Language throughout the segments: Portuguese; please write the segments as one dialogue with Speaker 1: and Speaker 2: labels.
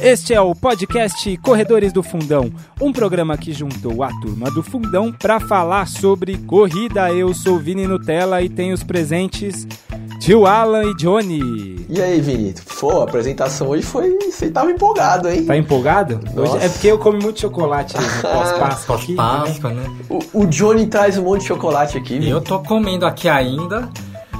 Speaker 1: Este é o podcast Corredores do Fundão, um programa que juntou a turma do Fundão para falar sobre corrida. Eu sou Vini Nutella e tenho os presentes Tio Alan e Johnny.
Speaker 2: E aí, Vini? Pô, a apresentação hoje foi. Você tava empolgado, hein?
Speaker 1: Tá empolgado? Hoje é porque eu comi muito chocolate né, pós-Páscoa aqui.
Speaker 3: Páscoa, né?
Speaker 2: O, o Johnny traz um monte de chocolate aqui.
Speaker 3: E
Speaker 2: Vini.
Speaker 3: eu tô comendo aqui ainda.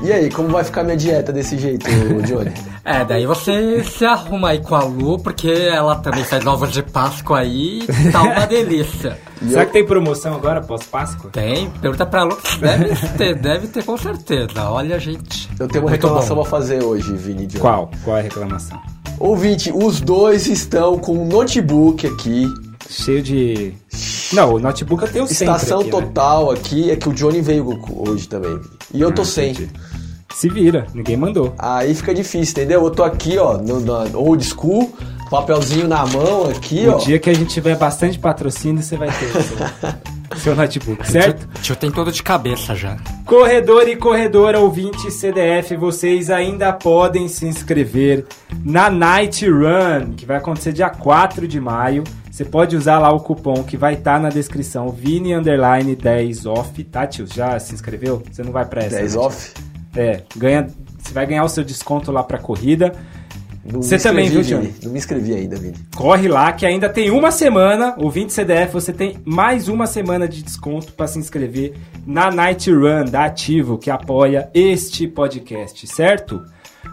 Speaker 2: E aí, como vai ficar minha dieta desse jeito, Johnny?
Speaker 3: É, daí você se arruma aí com a Lu, porque ela também faz ovos de Páscoa aí e tá uma delícia.
Speaker 1: Será que tem promoção agora pós-Páscoa?
Speaker 3: Tem? Pergunta pra Lu. Deve ter, deve ter com certeza. Olha, gente.
Speaker 2: Eu tenho uma
Speaker 3: Muito
Speaker 2: reclamação
Speaker 3: bom.
Speaker 2: pra fazer hoje, Vini e Johnny.
Speaker 1: Qual? Qual é a reclamação?
Speaker 2: Ouvinte, os dois estão com um notebook aqui.
Speaker 1: Cheio de. Não, o notebook eu tenho sempre.
Speaker 2: Estação
Speaker 1: aqui, né?
Speaker 2: total aqui. É que o Johnny veio hoje também. Vini. E eu tô
Speaker 1: Hum,
Speaker 2: sem.
Speaker 1: Se vira, ninguém mandou.
Speaker 2: Aí fica difícil, entendeu? Eu tô aqui, ó, no, na old school, papelzinho na mão aqui,
Speaker 1: O
Speaker 2: ó.
Speaker 1: dia que a gente tiver bastante patrocínio, você vai ter o seu, seu notebook, certo?
Speaker 3: Tio, tio tem todo de cabeça já.
Speaker 1: Corredor e corredora ouvinte CDF, vocês ainda podem se inscrever na Night Run, que vai acontecer dia 4 de maio. Você pode usar lá o cupom que vai estar na descrição, Vini 10 off, tá tio? Já se inscreveu? Você não vai pra essa.
Speaker 2: 10
Speaker 1: né, tio?
Speaker 2: off.
Speaker 1: É, ganha, você vai ganhar o seu desconto lá pra corrida.
Speaker 2: Não
Speaker 1: Você
Speaker 2: me
Speaker 1: também,
Speaker 2: inscrevi,
Speaker 1: viu,
Speaker 2: Vini? Não me inscrevi ainda, Vini.
Speaker 1: Corre lá que ainda tem uma semana, ouvinte CDF, você tem mais uma semana de desconto para se inscrever na Night Run da Ativo, que apoia este podcast, certo?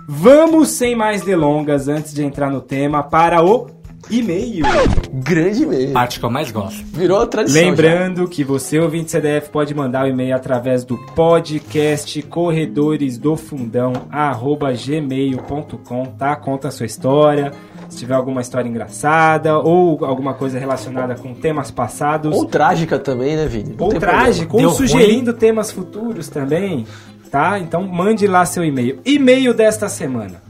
Speaker 1: Vamos sem mais delongas antes de entrar no tema para o e-mail.
Speaker 2: Grande mesmo.
Speaker 3: Parte que eu mais gosto.
Speaker 2: Virou a tradição.
Speaker 1: Ah, Lembrando que você, ouvinte CDF, pode mandar o e-mail através do podcast corredoresdofundão@gmail.com, tá? Conta a sua história, se tiver alguma história engraçada ou alguma coisa relacionada com temas
Speaker 2: já.
Speaker 1: passados
Speaker 2: Ou trágica também, né, Vini? Não
Speaker 1: ou
Speaker 2: tem
Speaker 1: trágico, ou
Speaker 3: Deu
Speaker 1: sugerindo temas futuros também, tá? Então mande lá seu e-mail. E-mail desta semana.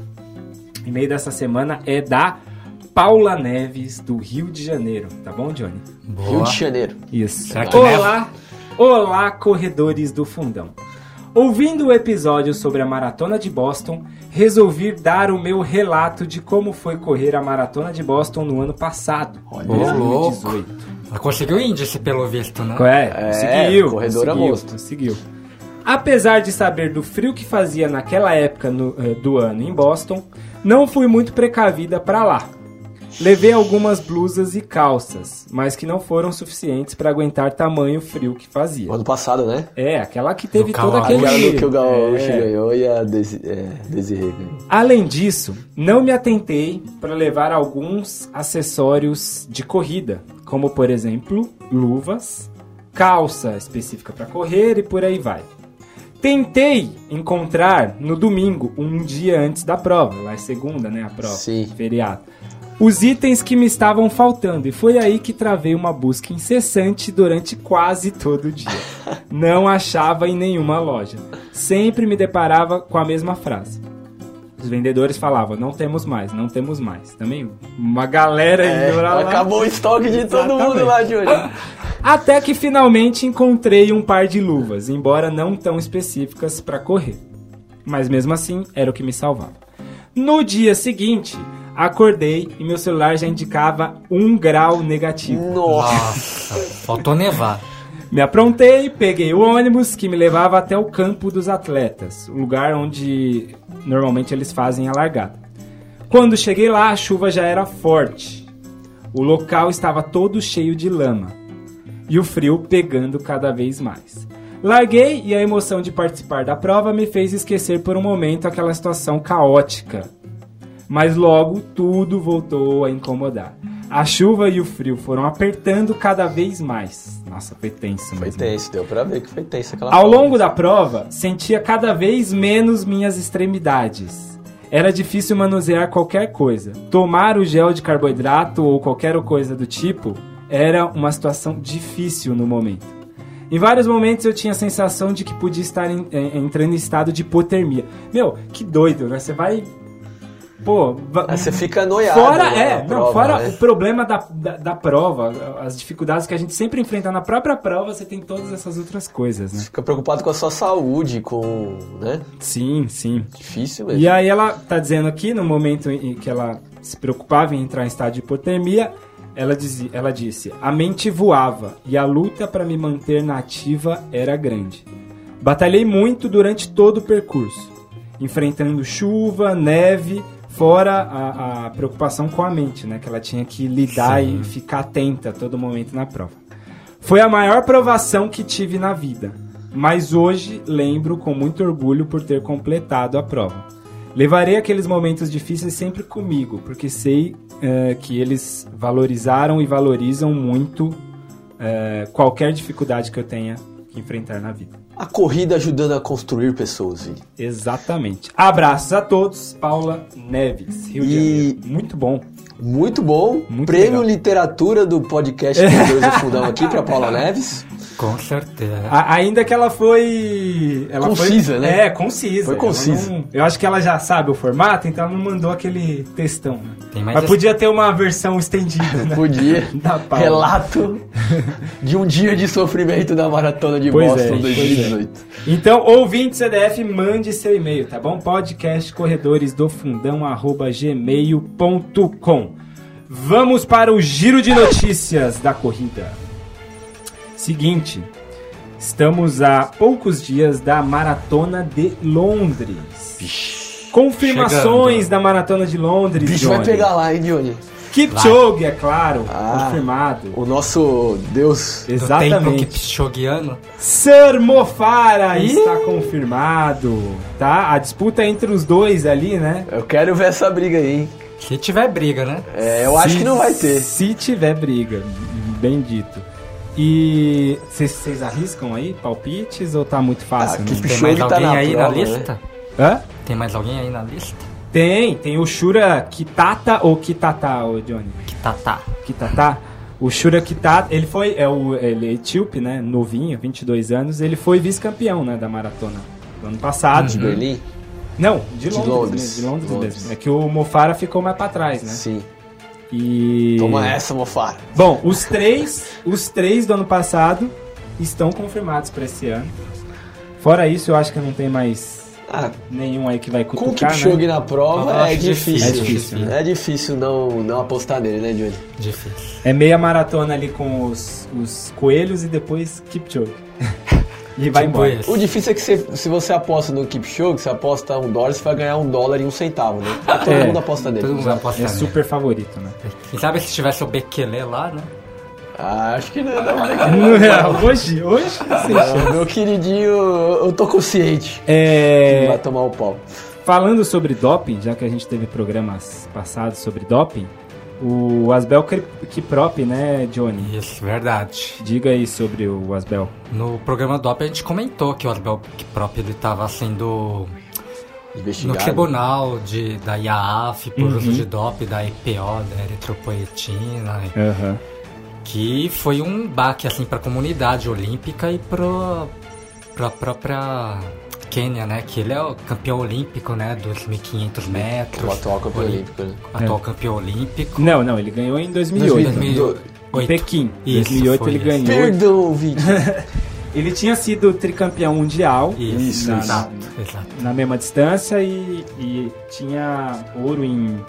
Speaker 1: E-mail desta semana é da Paula Neves do Rio de Janeiro, tá bom, Johnny?
Speaker 2: problema. Rio
Speaker 3: Boa.
Speaker 2: de Janeiro.
Speaker 1: Isso.
Speaker 3: Será que
Speaker 1: Olá, olá, corredores do fundão. Ouvindo o episódio sobre a maratona de Boston, resolvi dar o meu relato de como foi correr a maratona de Boston no ano passado,
Speaker 2: Olha,
Speaker 3: Ô,
Speaker 1: 2018.
Speaker 3: louco. Ela conseguiu índice, pelo visto, né?
Speaker 1: É, conseguiu.
Speaker 2: corredor a
Speaker 1: conseguiu,
Speaker 2: gosto.
Speaker 1: Conseguiu. Apesar de saber do frio que fazia naquela época no- eh, do ano em Boston, não fui muito precavida pra lá. Levei algumas blusas e calças, mas que não foram suficientes pra aguentar tamanho frio que fazia.
Speaker 2: Ano passado, né?
Speaker 1: É, aquela que teve
Speaker 3: Do
Speaker 1: todo
Speaker 3: calor.
Speaker 1: aquele.
Speaker 2: Aquela do que o Gaúcho
Speaker 1: É.
Speaker 2: ganhou e a Desi- é, Desirê ganhou.
Speaker 1: Além disso, não me atentei para levar alguns acessórios de corrida, como por exemplo luvas, calça específica para correr e por aí vai. Tentei encontrar no domingo, um dia antes da prova, lá é segunda, né? A prova,
Speaker 2: Sim.
Speaker 1: feriado. Os itens que me estavam faltando, e foi aí que travei uma busca incessante durante quase todo o dia. Não achava em nenhuma loja. Sempre me deparava com a mesma frase. Os vendedores falavam, não temos mais, não temos mais. Também uma galera
Speaker 2: É,
Speaker 1: indo pra lá.
Speaker 2: acabou o estoque de todo
Speaker 1: Exatamente.
Speaker 2: mundo lá, Johnny.
Speaker 1: Até que finalmente encontrei um par de luvas, embora não tão específicas para correr. Mas mesmo assim, era o que me salvava. No dia seguinte, acordei e meu celular já indicava um grau negativo.
Speaker 2: Nossa.
Speaker 3: Nossa, faltou nevar.
Speaker 1: Me aprontei, peguei o ônibus que me levava até o campo dos atletas, o lugar onde normalmente eles fazem a largada. Quando cheguei lá, a chuva já era forte. O local estava todo cheio de lama e o frio pegando cada vez mais. Larguei e a emoção de participar da prova me fez esquecer por um momento aquela situação caótica. Mas logo tudo voltou a incomodar. A chuva e o frio foram apertando cada vez mais. Nossa, foi tenso
Speaker 2: Foi
Speaker 1: mesmo.
Speaker 2: tenso, deu pra ver que foi tenso aquela
Speaker 1: Ao
Speaker 2: prova.
Speaker 1: longo da prova, sentia cada vez menos minhas extremidades. Era difícil manusear qualquer coisa. Tomar o gel de carboidrato ou qualquer coisa do tipo era uma situação difícil no momento. Em vários momentos eu tinha a sensação de que podia estar em- em- entrando em estado de hipotermia. Meu, que doido, né? Você vai. Pô, va-
Speaker 2: Aí Ah, você fica noiado.
Speaker 1: Fora,
Speaker 2: né,
Speaker 1: é,
Speaker 2: na
Speaker 1: não,
Speaker 2: prova,
Speaker 1: fora
Speaker 2: né?
Speaker 1: o problema da, da, da prova, as dificuldades que a gente sempre enfrenta na própria prova, você tem todas essas outras coisas, né?
Speaker 2: Fica preocupado com a sua saúde, com. né?
Speaker 1: Sim, sim.
Speaker 2: Difícil mesmo.
Speaker 1: E aí ela tá dizendo aqui, no momento em que ela se preocupava em entrar em estado de hipotermia, ela, dizia, ela disse, a mente voava e a luta para me manter nativa era grande. Batalhei muito durante todo o percurso, enfrentando chuva, neve, fora a, a preocupação com a mente, né? Que ela tinha que lidar e ficar atenta a todo momento na prova. Foi a maior provação que tive na vida, mas hoje lembro com muito orgulho por ter completado a prova. Levarei aqueles momentos difíceis sempre comigo, porque sei eh, que eles valorizaram e valorizam muito eh, qualquer dificuldade que eu tenha que enfrentar na vida.
Speaker 2: A corrida ajudando a construir pessoas, Vini.
Speaker 1: Exatamente. Abraços a todos, Paula Neves, Rio de
Speaker 2: E-
Speaker 1: Janeiro. Muito bom.
Speaker 2: Muito bom.
Speaker 1: Muito
Speaker 2: Prêmio
Speaker 1: legal.
Speaker 2: Literatura do podcast Corredores do Fundão aqui para Paula Neves.
Speaker 3: Com certeza.
Speaker 1: A- ainda que ela foi. Ela
Speaker 2: Concisa,
Speaker 1: foi,
Speaker 2: né?
Speaker 1: É, concisa.
Speaker 2: Foi
Speaker 1: Ela
Speaker 2: concisa.
Speaker 1: não- eu acho que ela já sabe o formato, então ela não mandou aquele textão. né?
Speaker 3: Tem mais
Speaker 1: Mas
Speaker 3: esse-
Speaker 1: podia ter uma versão estendida, né?
Speaker 2: Podia.
Speaker 1: Da Paula.
Speaker 2: Relato de um dia de sofrimento da maratona de
Speaker 1: Pois é,
Speaker 2: Boston
Speaker 1: pois
Speaker 2: 2018.
Speaker 1: Então, ouvinte CDF, mande seu e-mail, tá bom? Podcast corredores do fundão, arroba gmail.com. Vamos para o giro de notícias da corrida. Seguinte, estamos a poucos dias da Maratona de Londres. Confirmações da Maratona de Londres,
Speaker 2: Bicho vai
Speaker 1: é. Johnny.
Speaker 2: pegar lá, hein, Johnny?
Speaker 1: Kipchoge, é claro,
Speaker 2: Ah.
Speaker 1: confirmado.
Speaker 2: O nosso Deus.
Speaker 3: Do
Speaker 1: Exatamente.
Speaker 3: tempo kipchogiano.
Speaker 1: Sir Mofara está confirmado, tá? A disputa entre os dois ali, né?
Speaker 2: Eu quero ver essa briga aí, hein?
Speaker 3: Se tiver briga, né?
Speaker 2: É, eu acho
Speaker 1: Se-
Speaker 2: que não vai ter.
Speaker 1: Se tiver briga, bem dito. E vocês- vocês arriscam aí palpites ou tá muito fácil?
Speaker 2: Ah,
Speaker 1: né?
Speaker 2: que-
Speaker 3: Tem
Speaker 2: Kipchoge
Speaker 3: mais
Speaker 2: tá
Speaker 3: alguém
Speaker 2: na
Speaker 3: aí
Speaker 2: prova,
Speaker 3: na
Speaker 2: né?
Speaker 3: lista?
Speaker 1: Hã?
Speaker 3: Tem mais alguém aí na lista?
Speaker 1: Tem, tem o Shura Kitata ou Kitata, ô Johnny?
Speaker 3: Que tá, tá.
Speaker 1: Kitata. O Shura Kitata, ele foi, é o ele é etíope, né? Novinho, 22 anos. Ele foi vice-campeão, né? Da maratona do ano passado.
Speaker 2: De Berlim?
Speaker 1: Não, de
Speaker 2: De
Speaker 1: Londres,
Speaker 2: Londres.
Speaker 1: mesmo, de Londres,
Speaker 2: Londres.
Speaker 1: mesmo. É que o Mofara ficou mais pra trás, né?
Speaker 2: Sim.
Speaker 1: E
Speaker 2: Toma essa, Mofara.
Speaker 1: Bom, os três, os três do ano passado estão confirmados pra esse ano. Fora isso, eu acho que não tem mais
Speaker 2: Ah,
Speaker 1: nenhum aí que vai
Speaker 2: com o
Speaker 1: cutucar,
Speaker 2: Kipchoge
Speaker 1: né?
Speaker 2: na prova
Speaker 3: Eu
Speaker 2: é
Speaker 3: acho
Speaker 1: difícil. É
Speaker 2: difícil.
Speaker 1: difícil, né?
Speaker 2: É difícil não, não apostar nele, né, Johnny?
Speaker 3: Difícil.
Speaker 1: É meia maratona ali com os, os coelhos e depois Kipchoge. e vai
Speaker 3: Tipo
Speaker 1: embora.
Speaker 3: esse.
Speaker 2: O difícil é que você- se você aposta no Kipchoge, você aposta um dólar, você vai ganhar um dólar e um centavo, né? Todo
Speaker 1: É.
Speaker 2: mundo aposta
Speaker 3: Todo
Speaker 2: nele.
Speaker 3: mundo aposta
Speaker 1: É
Speaker 3: nele.
Speaker 1: super favorito, né?
Speaker 3: Quem sabe se tivesse o Bekele lá, né?
Speaker 2: Ah, acho que não, não.
Speaker 1: hoje, hoje, sim.
Speaker 2: Ah, Meu queridinho, eu tô consciente.
Speaker 1: É,
Speaker 2: que Vai tomar o pau.
Speaker 1: Falando sobre doping, já que a gente teve programas passados sobre doping, o Asbel Kip- Kiprop, né, Johnny?
Speaker 3: Isso, verdade.
Speaker 1: Diga aí sobre o Asbel.
Speaker 3: No programa do OP a gente comentou que o Osbel Kiprop ele tava sendo no
Speaker 2: Investigado.
Speaker 3: tribunal de, da IAAF por uso de dope da EPO, da eritropoetina, né?
Speaker 1: Aham.
Speaker 3: que foi um baque assim para a comunidade olímpica e pro pra própria Quênia, né? Que ele é o campeão olímpico, né? Dos 1500 metros.
Speaker 2: O atual campeão olímpico, né?
Speaker 3: Atual campeão olímpico.
Speaker 1: Não, não, ele ganhou em 2008.
Speaker 2: 2008.
Speaker 1: Em Pequim. Em
Speaker 3: Isso,
Speaker 1: 2008
Speaker 3: foi
Speaker 1: ele
Speaker 3: isso.
Speaker 1: ganhou.
Speaker 2: Perdão, Vini.
Speaker 1: Ele tinha sido tricampeão mundial
Speaker 3: Isso,
Speaker 1: Isso,
Speaker 3: exato, exato.
Speaker 1: na mesma distância e, e tinha ouro em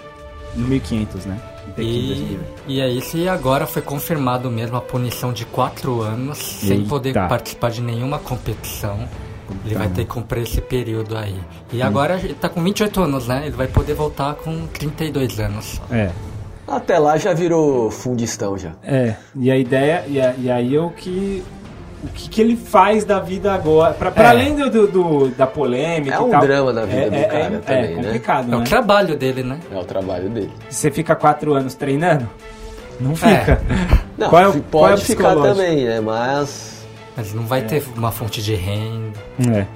Speaker 1: no 1500, né? Em Pequim,
Speaker 3: E,
Speaker 1: 2008.
Speaker 3: e é isso, e agora foi confirmado mesmo a punição de 4 anos sem
Speaker 1: Eita.
Speaker 3: poder participar de nenhuma competição. Ele vai ter que cumprir esse período aí. E agora ele tá com 28 anos, né? Ele vai poder voltar com 32 anos.
Speaker 1: É.
Speaker 2: Até lá já virou fundistão já.
Speaker 1: É, e a ideia, e, a- e aí é o que. O que, que ele faz da vida agora? Pra, pra
Speaker 3: É.
Speaker 1: além do, do- do- da polêmica.
Speaker 2: É
Speaker 1: e
Speaker 2: um
Speaker 1: tal,
Speaker 2: drama da vida
Speaker 1: é,
Speaker 2: do
Speaker 1: é-
Speaker 2: cara
Speaker 1: é-
Speaker 2: também,
Speaker 1: É
Speaker 2: né?
Speaker 1: complicado,
Speaker 3: É o
Speaker 1: né?
Speaker 3: trabalho dele, né?
Speaker 2: É o trabalho dele.
Speaker 1: Você fica quatro anos treinando?
Speaker 2: É.
Speaker 1: Não fica.
Speaker 2: Não,
Speaker 1: Qual é o-
Speaker 2: fi- pode
Speaker 1: qual é o
Speaker 2: ficar
Speaker 1: psicológico?
Speaker 2: também, né? Mas.
Speaker 3: Mas não vai ter uma fonte de renda.
Speaker 1: É.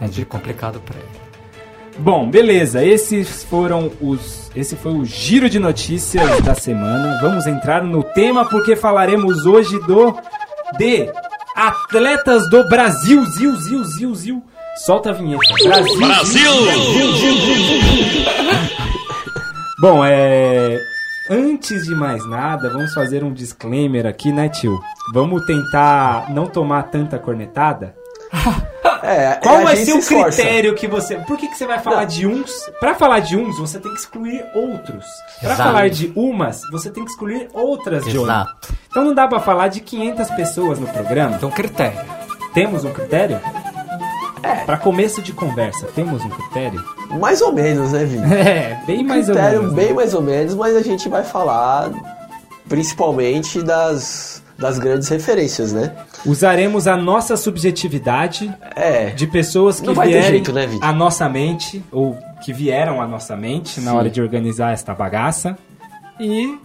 Speaker 3: É de complicado pra ele.
Speaker 1: Bom, beleza. Esses foram os. Esse foi o giro de notícias da semana. Vamos entrar no tema porque falaremos hoje do de Atletas do Brasil, Zil, Zil, Zil, Zil. Solta a vinheta. Brasil!
Speaker 4: Brasil!
Speaker 1: Bom, é. Antes de mais nada, vamos fazer um disclaimer aqui, né, tio? Vamos tentar não tomar tanta cornetada?
Speaker 2: É,
Speaker 1: Qual
Speaker 2: a
Speaker 1: vai
Speaker 2: gente
Speaker 1: ser o
Speaker 2: se esforça.
Speaker 1: critério que você. Por que, que você vai falar de uns? Pra falar de uns, você tem que excluir outros. Pra
Speaker 3: Exato.
Speaker 1: falar de umas, você tem que excluir outras de outras.
Speaker 3: Exato.
Speaker 1: Então não dá pra falar de 500 pessoas no programa.
Speaker 3: Então, critério.
Speaker 1: Temos um critério? É. Pra começo de conversa, temos um critério?
Speaker 2: Mais ou menos, né, Vini?
Speaker 1: É, bem mais ou
Speaker 2: critério
Speaker 1: menos. né?
Speaker 2: bem mais ou menos, mas a gente vai falar principalmente das, das grandes referências, né?
Speaker 1: Usaremos a nossa subjetividade
Speaker 2: É,
Speaker 1: de pessoas que
Speaker 2: Não vai ter
Speaker 1: vierem
Speaker 2: jeito, né, Vitor?
Speaker 1: à nossa mente, ou que vieram à nossa mente na
Speaker 2: Sim.
Speaker 1: hora de organizar esta bagaça. E,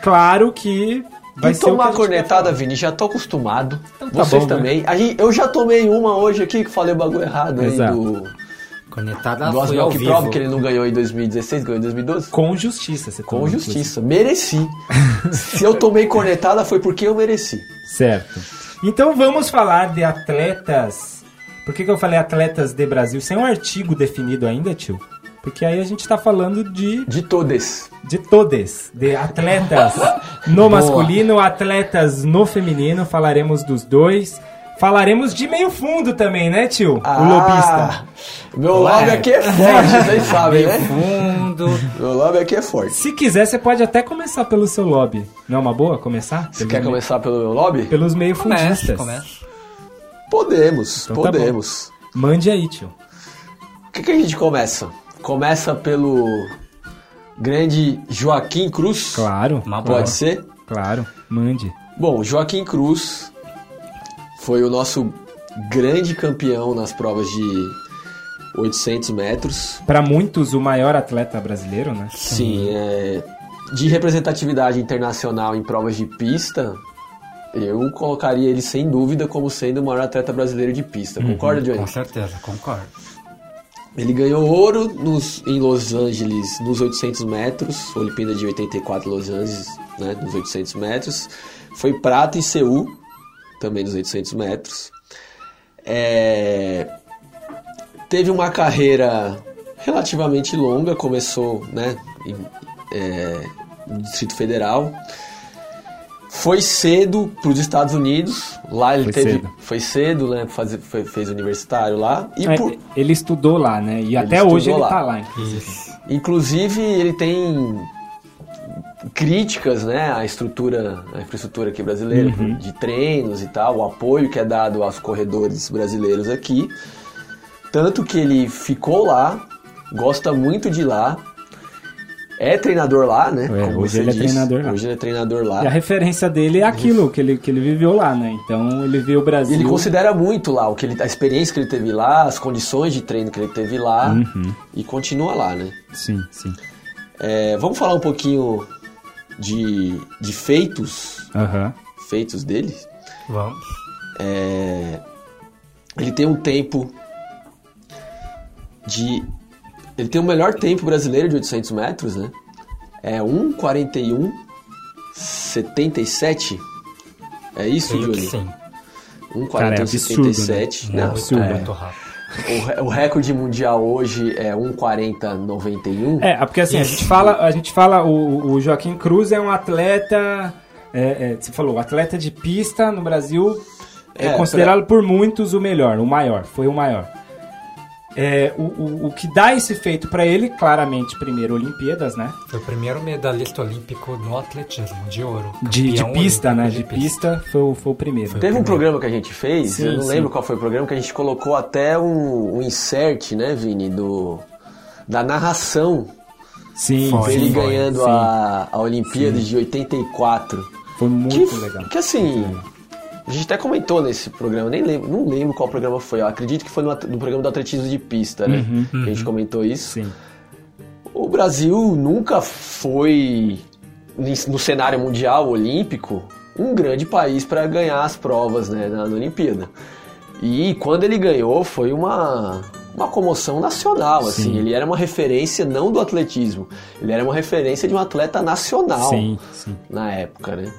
Speaker 1: claro que vai
Speaker 2: e
Speaker 1: ser o que a
Speaker 2: tomar
Speaker 1: gente vai
Speaker 2: cornetada, Vini, já tô acostumado.
Speaker 1: tá
Speaker 2: Vocês
Speaker 1: bom, né?
Speaker 2: também. A gente- eu já tomei uma hoje aqui que falei o bagulho errado aí
Speaker 1: Exato.
Speaker 2: do, do
Speaker 3: Conectada foi ao
Speaker 2: Osmel que
Speaker 3: vivo.
Speaker 2: prova que ele não ganhou em 2016, ganhou em 2012.
Speaker 1: Com justiça, você
Speaker 2: Com
Speaker 1: tomou,
Speaker 2: justiça, mereci. Se eu tomei cornetada foi porque eu mereci.
Speaker 1: inclusive. Certo. Então vamos falar de atletas. Por que, que eu falei atletas de Brasil? Sem um artigo definido ainda, tio? Porque aí a gente tá falando de,
Speaker 2: De todas.
Speaker 1: de todes, de atletas no masculino, atletas no feminino, falaremos dos dois. Falaremos de meio fundo também, né, tio?
Speaker 2: Ah.
Speaker 1: o lobista.
Speaker 2: Meu lobby aqui é forte, vocês sabem, né?
Speaker 3: Fundo.
Speaker 2: Meu lobby aqui é forte.
Speaker 1: Se quiser, você pode até começar pelo seu lobby. Não é uma boa começar?
Speaker 2: Você
Speaker 1: Pelo
Speaker 2: quer
Speaker 1: meio-
Speaker 2: começar pelo meu lobby?
Speaker 1: Pelos meio fundistas.
Speaker 3: Começa, começa.
Speaker 2: Podemos,
Speaker 1: Então tá bom.
Speaker 2: podemos.
Speaker 1: Mande aí, tio.
Speaker 2: O que, que a gente começa? Começa pelo grande Joaquim Cruz.
Speaker 1: Claro.
Speaker 3: Uma boa.
Speaker 2: Pode ser?
Speaker 1: Claro. Mande.
Speaker 2: Bom, Joaquim Cruz foi o nosso grande campeão nas provas de 800 metros.
Speaker 1: Pra muitos, o maior atleta brasileiro, né?
Speaker 2: Sim, é, de representatividade internacional em provas de pista, eu colocaria ele sem dúvida como sendo o maior atleta brasileiro de pista. Concorda, Johnny?
Speaker 3: Com certeza, concordo.
Speaker 2: Ele ganhou ouro nos- em Los Angeles nos 800 metros, Olimpíada de 84 Los Angeles, né, nos 800 metros. Foi prata em Seul, também nos 800 metros. É, teve uma carreira relativamente longa, começou né, em, é, no Distrito Federal. Foi cedo para os Estados Unidos, lá ele
Speaker 1: Foi
Speaker 2: teve.
Speaker 1: cedo.
Speaker 2: Foi cedo, né? fazer- foi- fez universitário lá. E
Speaker 1: É,
Speaker 2: por-
Speaker 1: Ele estudou lá, né? E até
Speaker 2: estudou
Speaker 1: hoje ele
Speaker 2: lá.
Speaker 1: tá lá, inclusive.
Speaker 2: Inclusive, ele tem críticas né, à estrutura, à infraestrutura aqui brasileira,
Speaker 1: Uhum.
Speaker 2: de treinos e tal, o apoio que é dado aos corredores brasileiros aqui. Tanto que ele ficou lá, gosta muito de lá, é treinador lá, né?
Speaker 1: É, hoje ele é treinador lá.
Speaker 2: Hoje ele é treinador
Speaker 1: E a
Speaker 2: lá.
Speaker 1: referência dele é aquilo que ele, que ele viveu lá, né? Então ele vê o
Speaker 2: E
Speaker 1: Brasil.
Speaker 2: ele considera muito lá o que ele, a experiência que ele teve lá, as condições de treino que ele teve lá
Speaker 1: Uhum.
Speaker 2: e continua lá, né?
Speaker 1: Sim, sim.
Speaker 2: É, vamos falar um pouquinho de, de feitos,
Speaker 1: Aham.
Speaker 2: feitos dele. É,
Speaker 3: Vamos.
Speaker 2: Ele tem um tempo de... Ele tem o melhor tempo brasileiro de 800 metros, né? É 1,41,77. É isso,
Speaker 3: Creio que
Speaker 2: Júlio?
Speaker 3: sim.
Speaker 1: Cara, é absurdo, né?
Speaker 2: 1,41,77.
Speaker 1: É
Speaker 2: Não,
Speaker 1: absurdo.
Speaker 2: é.
Speaker 3: Muito rápido.
Speaker 2: O, re- o recorde mundial hoje é 1,40,91.
Speaker 1: É, ah, porque assim, a gente fala, a gente fala o, o Joaquim Cruz é um atleta. é, é, você falou, atleta de pista no Brasil é,
Speaker 2: É,
Speaker 1: considerado por muitos o melhor, o maior, foi o maior. É, o, o, o que dá esse feito pra ele, claramente, primeiro, Olimpíadas, né?
Speaker 3: Foi o primeiro medalhista olímpico no atletismo, de ouro.
Speaker 1: De, de
Speaker 3: Campeão
Speaker 1: pista,
Speaker 3: olímpico
Speaker 1: né? De pista foi, o- foi o primeiro.
Speaker 2: Teve um programa que a gente fez,
Speaker 1: Sim,
Speaker 2: eu não
Speaker 1: sim.
Speaker 2: lembro qual foi o programa, que a gente colocou até um, um insert, né, Vini, do, da narração
Speaker 1: Sim,
Speaker 3: Foi.
Speaker 2: dele
Speaker 1: sim,
Speaker 2: ganhando
Speaker 1: sim.
Speaker 2: a, a Olimpíada de 84.
Speaker 1: Foi muito
Speaker 2: que,
Speaker 1: legal.
Speaker 2: que assim, a gente até comentou nesse programa, nem lembro, não lembro qual programa foi, eu acredito que foi no, at- no programa do atletismo de pista, né,
Speaker 1: Uhum,
Speaker 2: que a gente comentou isso.
Speaker 1: Sim.
Speaker 2: O Brasil nunca foi, em- no cenário mundial olímpico, um grande país para ganhar as provas né, na, na Olimpíada. E quando ele ganhou, foi uma, uma comoção nacional. assim. Ele era uma referência não do atletismo, ele era uma referência de um atleta nacional
Speaker 1: Sim, sim.
Speaker 2: na época. Né?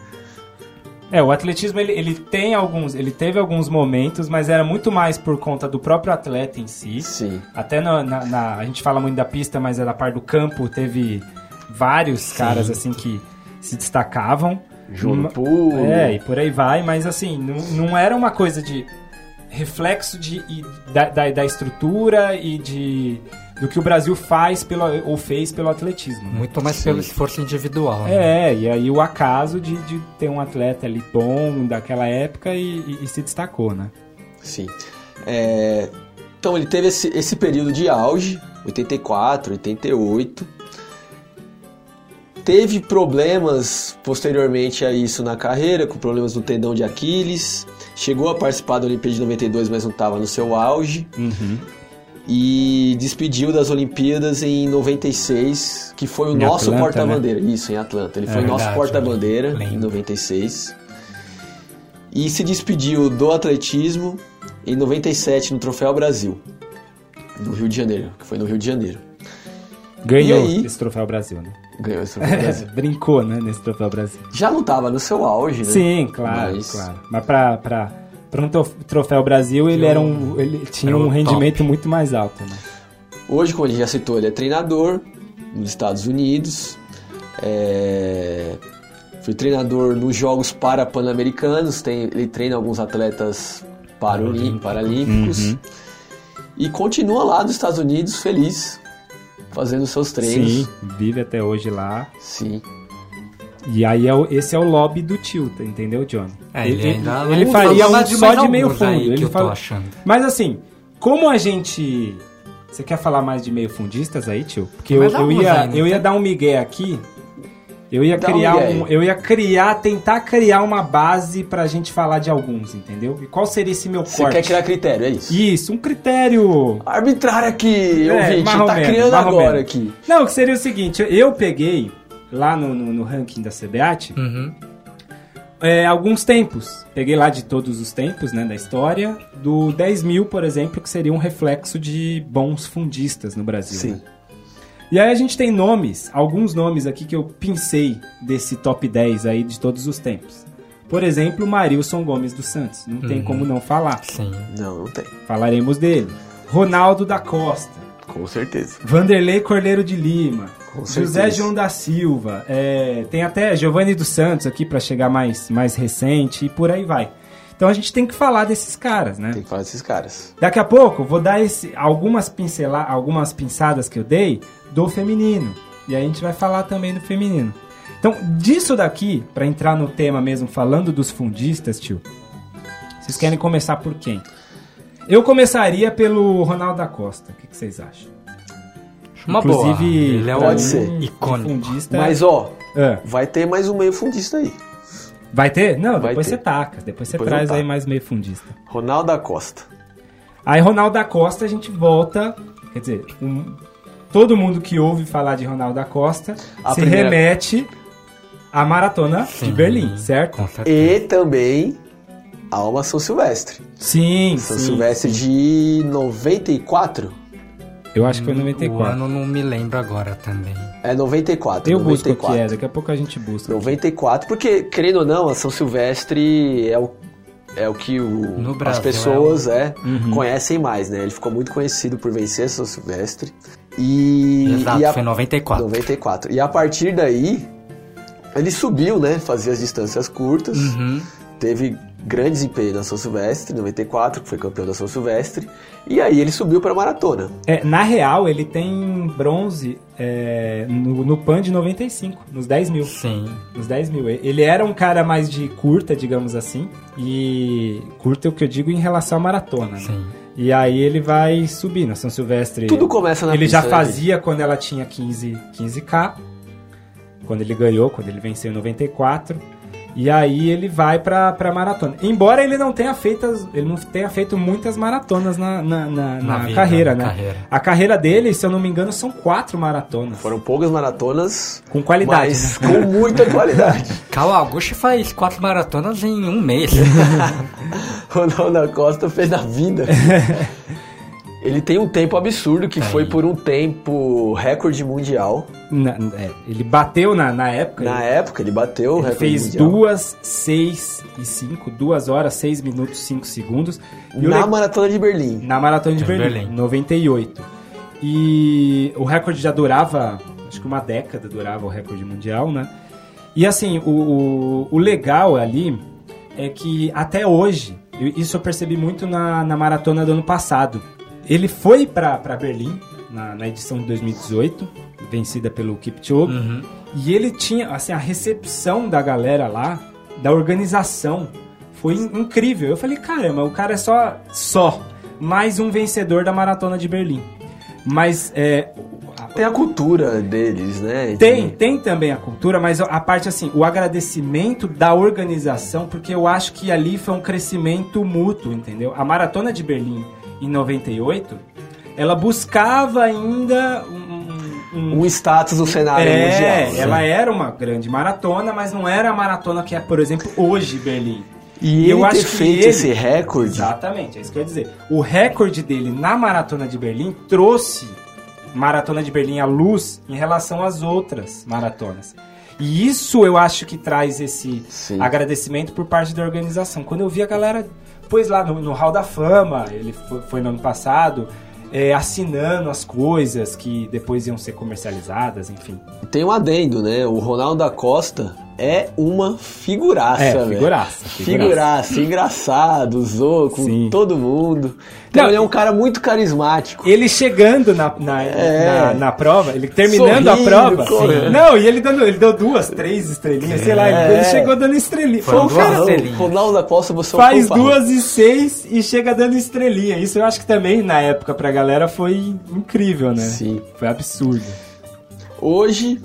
Speaker 1: É, o atletismo ele, ele tem alguns, ele teve alguns momentos, mas era muito mais por conta do próprio atleta em si.
Speaker 2: Sim.
Speaker 1: Até na, na- na- a gente fala muito da pista, mas é da parte do campo teve vários caras assim que se destacavam.
Speaker 2: João
Speaker 1: Ma-
Speaker 2: no pulo.
Speaker 1: É, e por aí vai, mas assim, não, não era uma coisa de reflexo de, e da, da, da estrutura e de do que o Brasil faz pelo, ou fez pelo atletismo. né?
Speaker 3: Muito mais
Speaker 2: Sim.
Speaker 3: pelo esforço individual. né?
Speaker 1: É, e aí o acaso de, de ter um atleta ali bom daquela época e, e- e se destacou, né?
Speaker 2: Sim. É, então ele teve esse, esse período de auge, 84, 88. Teve problemas posteriormente a isso na carreira, com problemas no tendão de Aquiles. Chegou a participar da Olimpíada de 92, mas não estava no seu auge.
Speaker 1: Uhum.
Speaker 2: E despediu das Olimpíadas em 96, que foi o
Speaker 1: Em
Speaker 2: nosso
Speaker 1: Atlanta, né?
Speaker 2: porta-bandeira. Isso, em Atlanta. Ele foi o nosso
Speaker 3: É verdade, né?
Speaker 2: porta-bandeira em
Speaker 3: lembro.
Speaker 2: 96. E se despediu do atletismo em 97 no Troféu Brasil, no Rio de Janeiro, que foi no Rio de Janeiro.
Speaker 1: Ganhou
Speaker 2: E aí? É.
Speaker 1: esse troféu Brasil, né?
Speaker 2: Ganhou esse Troféu Brasil.
Speaker 1: Brincou, né, nesse troféu Brasil.
Speaker 2: Já não tava no seu auge, né?
Speaker 1: Sim, claro,
Speaker 2: Mas-
Speaker 1: claro. Mas pra, pra, pra um trof- troféu Brasil, ele,
Speaker 3: Eu-
Speaker 1: era um, ele tinha
Speaker 3: era
Speaker 1: um
Speaker 3: o
Speaker 1: rendimento muito mais alto, né?
Speaker 2: Hoje, como ele já citou, ele é treinador nos Estados Unidos. É... Foi treinador nos Jogos para Pan-Americanos. Tem... Ele treina alguns atletas paraolí-
Speaker 1: Uhum.
Speaker 2: paralímpicos. E continua lá nos Estados Unidos, feliz, fazendo seus
Speaker 1: Sim,
Speaker 2: treinos.
Speaker 1: vive até hoje lá.
Speaker 2: Sim.
Speaker 1: E aí é o- esse é o lobby do Tilta, entendeu, Johnny?
Speaker 3: É, ele, ainda
Speaker 1: ele
Speaker 3: não
Speaker 1: faria
Speaker 3: falou
Speaker 1: um
Speaker 3: mais de
Speaker 1: só
Speaker 3: mais
Speaker 1: de meio
Speaker 3: alguns
Speaker 1: fundo.
Speaker 3: aí que
Speaker 1: ele
Speaker 3: eu tô
Speaker 1: fala-
Speaker 3: achando.
Speaker 1: Mas assim, como a gente. Você quer falar mais de meio fundistas aí, tio? Porque eu,
Speaker 3: Mas
Speaker 1: eu
Speaker 3: alguns
Speaker 1: ia,
Speaker 3: aí, não
Speaker 1: eu ia
Speaker 3: tem?
Speaker 1: dar um migué aqui. Eu ia
Speaker 2: Dá um
Speaker 1: criar
Speaker 2: migué
Speaker 1: um,
Speaker 2: aí.
Speaker 1: eu ia criar, tentar criar uma base pra gente falar de alguns, entendeu? E qual seria esse meu
Speaker 2: Você
Speaker 1: corte?
Speaker 2: quer criar critério, é isso?
Speaker 1: Isso, um critério.
Speaker 2: Arbitrar aqui,
Speaker 1: É,
Speaker 2: ouvinte,
Speaker 1: mais ou
Speaker 2: tá
Speaker 1: menos,
Speaker 2: criando
Speaker 1: mais ou
Speaker 2: agora
Speaker 1: menos.
Speaker 2: aqui.
Speaker 1: Não, que seria o seguinte, eu peguei lá no, no- no ranking da CBAT
Speaker 3: Uhum.
Speaker 1: é, alguns tempos. Peguei lá de todos os tempos, né, da história, do 10 mil, por exemplo, que seria um reflexo de bons fundistas no Brasil. né?
Speaker 2: Sim.
Speaker 1: E aí a gente tem nomes, alguns nomes aqui que eu pincei desse top 10 aí de todos os tempos. Por exemplo, Marilson Gomes dos Santos. Não tem
Speaker 3: Uhum.
Speaker 1: como não falar.
Speaker 3: Sim.
Speaker 2: Não, não tem.
Speaker 1: Falaremos dele. Ronaldo da Costa.
Speaker 2: Com certeza.
Speaker 1: Vanderlei Cordeiro de Lima.
Speaker 2: Com
Speaker 1: José
Speaker 2: certeza.
Speaker 1: João da Silva. é, tem até Giovanni dos Santos aqui pra chegar mais, mais recente e por aí vai. Então a gente tem que falar desses caras, né?
Speaker 2: Tem que falar desses caras.
Speaker 1: Daqui a pouco vou dar esse- algumas, pincela- algumas pinçadas que eu dei do feminino. E aí a gente vai falar também do feminino. Então, disso daqui, pra entrar no tema mesmo, falando dos fundistas, tio, vocês querem começar por quem? Eu começaria pelo Ronaldo da Costa. O que, que vocês acham?
Speaker 3: Uma boa.
Speaker 1: Inclusive,
Speaker 3: Ele é
Speaker 1: pra
Speaker 3: um
Speaker 2: pode ser.
Speaker 3: icônico.
Speaker 1: fundista.
Speaker 2: Mas ó,
Speaker 1: Ah,
Speaker 2: vai ter mais um meio fundista aí.
Speaker 1: vai ter? Não,
Speaker 2: Vai
Speaker 1: depois você
Speaker 2: ter.
Speaker 1: taca. Depois você
Speaker 2: Depois eu
Speaker 1: traz aí
Speaker 2: taco.
Speaker 1: mais meio fundista.
Speaker 2: Ronaldo da Costa.
Speaker 1: Aí Ronaldo da Costa a gente volta, quer dizer, um- todo mundo que ouve falar de Ronaldo da Costa
Speaker 2: A
Speaker 1: se
Speaker 2: primeira-
Speaker 1: remete à maratona de
Speaker 3: Sim.
Speaker 1: Berlim, certo?
Speaker 3: Com certeza.
Speaker 2: E também Alma São Silvestre.
Speaker 1: Sim,
Speaker 2: São
Speaker 1: sim.
Speaker 2: Silvestre de 94?
Speaker 1: Eu acho que é foi
Speaker 3: O
Speaker 1: 94.
Speaker 3: Hum, ano não me lembro agora também.
Speaker 2: É 94.
Speaker 1: Eu busco
Speaker 2: 94.
Speaker 1: aqui, é, daqui a pouco a gente busca.
Speaker 2: 94, porque, querendo ou não, a São Silvestre é o, é o que o-
Speaker 3: No
Speaker 2: as
Speaker 3: Brasil, né?
Speaker 2: pessoas é,
Speaker 1: Uhum.
Speaker 2: conhecem mais, né? Ele ficou muito conhecido por vencer a São Silvestre. E,
Speaker 3: Exato,
Speaker 2: e a-
Speaker 3: foi em 94.
Speaker 2: 94. E a partir daí, ele subiu, né? Fazia as distâncias curtas.
Speaker 3: Uhum.
Speaker 2: teve grande desempenho na São Silvestre, 94, que foi campeão da São Silvestre, e aí ele subiu para maratona.
Speaker 1: É, na real, ele tem bronze é, no, no PAN de 95, nos 10 mil.
Speaker 3: Sim.
Speaker 1: Nos 10 mil. Ele era um cara mais de curta, digamos assim. E curta é o que eu digo em relação à maratona. Né?
Speaker 3: Sim.
Speaker 1: E aí ele vai subindo. A São Silvestre.
Speaker 2: Tudo começa na
Speaker 1: ele
Speaker 2: pista,
Speaker 1: já
Speaker 2: né,
Speaker 1: fazia quando ela tinha 15, 15k. Quando ele ganhou, quando ele venceu em 94. E aí ele vai pra, pra maratona. Embora ele não tenha feito, as- ele não tenha feito muitas maratonas na, na, na- na
Speaker 3: vida,
Speaker 1: carreira, né?
Speaker 3: Carreira.
Speaker 1: A carreira dele, se eu não me engano, são quatro maratonas.
Speaker 2: Foram poucas maratonas,
Speaker 1: Com qualidade.
Speaker 2: mas
Speaker 1: né?
Speaker 2: com muita qualidade.
Speaker 3: Cal Augusto faz quatro maratonas em um mês.
Speaker 2: Ronaldo da Costa fez na vida. Ele tem um tempo absurdo que foi por um tempo recorde mundial.
Speaker 1: Na- é, ele bateu na, na época.
Speaker 2: Na
Speaker 1: ele-
Speaker 2: época ele bateu o
Speaker 1: ele
Speaker 2: recorde
Speaker 1: fez
Speaker 2: mundial.
Speaker 1: duas, seis e cinco, duas horas, seis minutos, cinco segundos. E o
Speaker 2: Na
Speaker 1: le-
Speaker 2: maratona de Berlim.
Speaker 1: Na Maratona de
Speaker 3: Em
Speaker 1: Berlim,
Speaker 3: Berlim.
Speaker 1: 98. E o recorde já durava, acho que uma década durava o recorde mundial, né? E assim, o, o, o legal ali é que até hoje, eu- isso eu percebi muito na, na maratona do ano passado. Ele foi pra pra Berlim, na, na edição de 2018, vencida pelo Kipchoge,
Speaker 3: Uhum.
Speaker 1: e ele tinha, assim, a recepção da galera lá, da organização, foi in- incrível. Eu falei, caramba, o cara é só, só, mais um vencedor da Maratona de Berlim. Mas, é... a-
Speaker 2: Tem a cultura deles, né?
Speaker 1: Tem, tem também a cultura, mas a parte assim, o agradecimento da organização, porque eu acho que ali foi um crescimento mútuo, entendeu? A Maratona de Berlim, em 98, ela buscava ainda um- um- um
Speaker 2: Um status no cenário
Speaker 1: é,
Speaker 2: mundial. né?
Speaker 1: ela era uma grande maratona, mas não era a maratona que é, por exemplo, hoje Berlim.
Speaker 2: E
Speaker 1: eu
Speaker 2: ele
Speaker 1: acho
Speaker 2: ter
Speaker 1: que
Speaker 2: feito
Speaker 1: ele-
Speaker 2: esse recorde
Speaker 1: Exatamente, é isso que eu ia dizer. O recorde dele na maratona de Berlim trouxe maratona de Berlim à luz em relação às outras maratonas. E isso eu acho que traz esse
Speaker 2: Sim.
Speaker 1: agradecimento por parte da organização. Quando eu vi a galera, pois lá no, no Hall da Fama, ele foi, foi no ano passado, é, assinando as coisas que depois iam ser comercializadas, enfim.
Speaker 2: Tem um adendo, né? O Ronaldo da Costa é uma figuraça,
Speaker 1: É,
Speaker 2: velho.
Speaker 1: figuraça, figuraça.
Speaker 2: Figuraça. engraçado, zoou com
Speaker 1: Sim.
Speaker 2: todo mundo. Então,
Speaker 1: Não,
Speaker 2: ele é um cara muito carismático.
Speaker 1: Ele chegando na, na, na, na prova, ele terminando
Speaker 2: É. Sorrindo,
Speaker 1: a prova.
Speaker 2: correndo.
Speaker 1: Não, e ele dando, ele deu duas, três estrelinhas, sei lá, ele,
Speaker 2: É.
Speaker 1: ele chegou dando estrelinha. Pô, o
Speaker 3: Foram
Speaker 2: Ronaldo-
Speaker 3: duas
Speaker 1: cara
Speaker 3: estrelinhas.
Speaker 2: um Ronaldo da Costa, você é um
Speaker 1: é faz
Speaker 2: fanfarrão.
Speaker 1: duas e seis e chega dando estrelinha. Isso eu acho que também, na época, pra galera foi incrível, né?
Speaker 2: Sim.
Speaker 1: Foi absurdo.
Speaker 2: Hoje,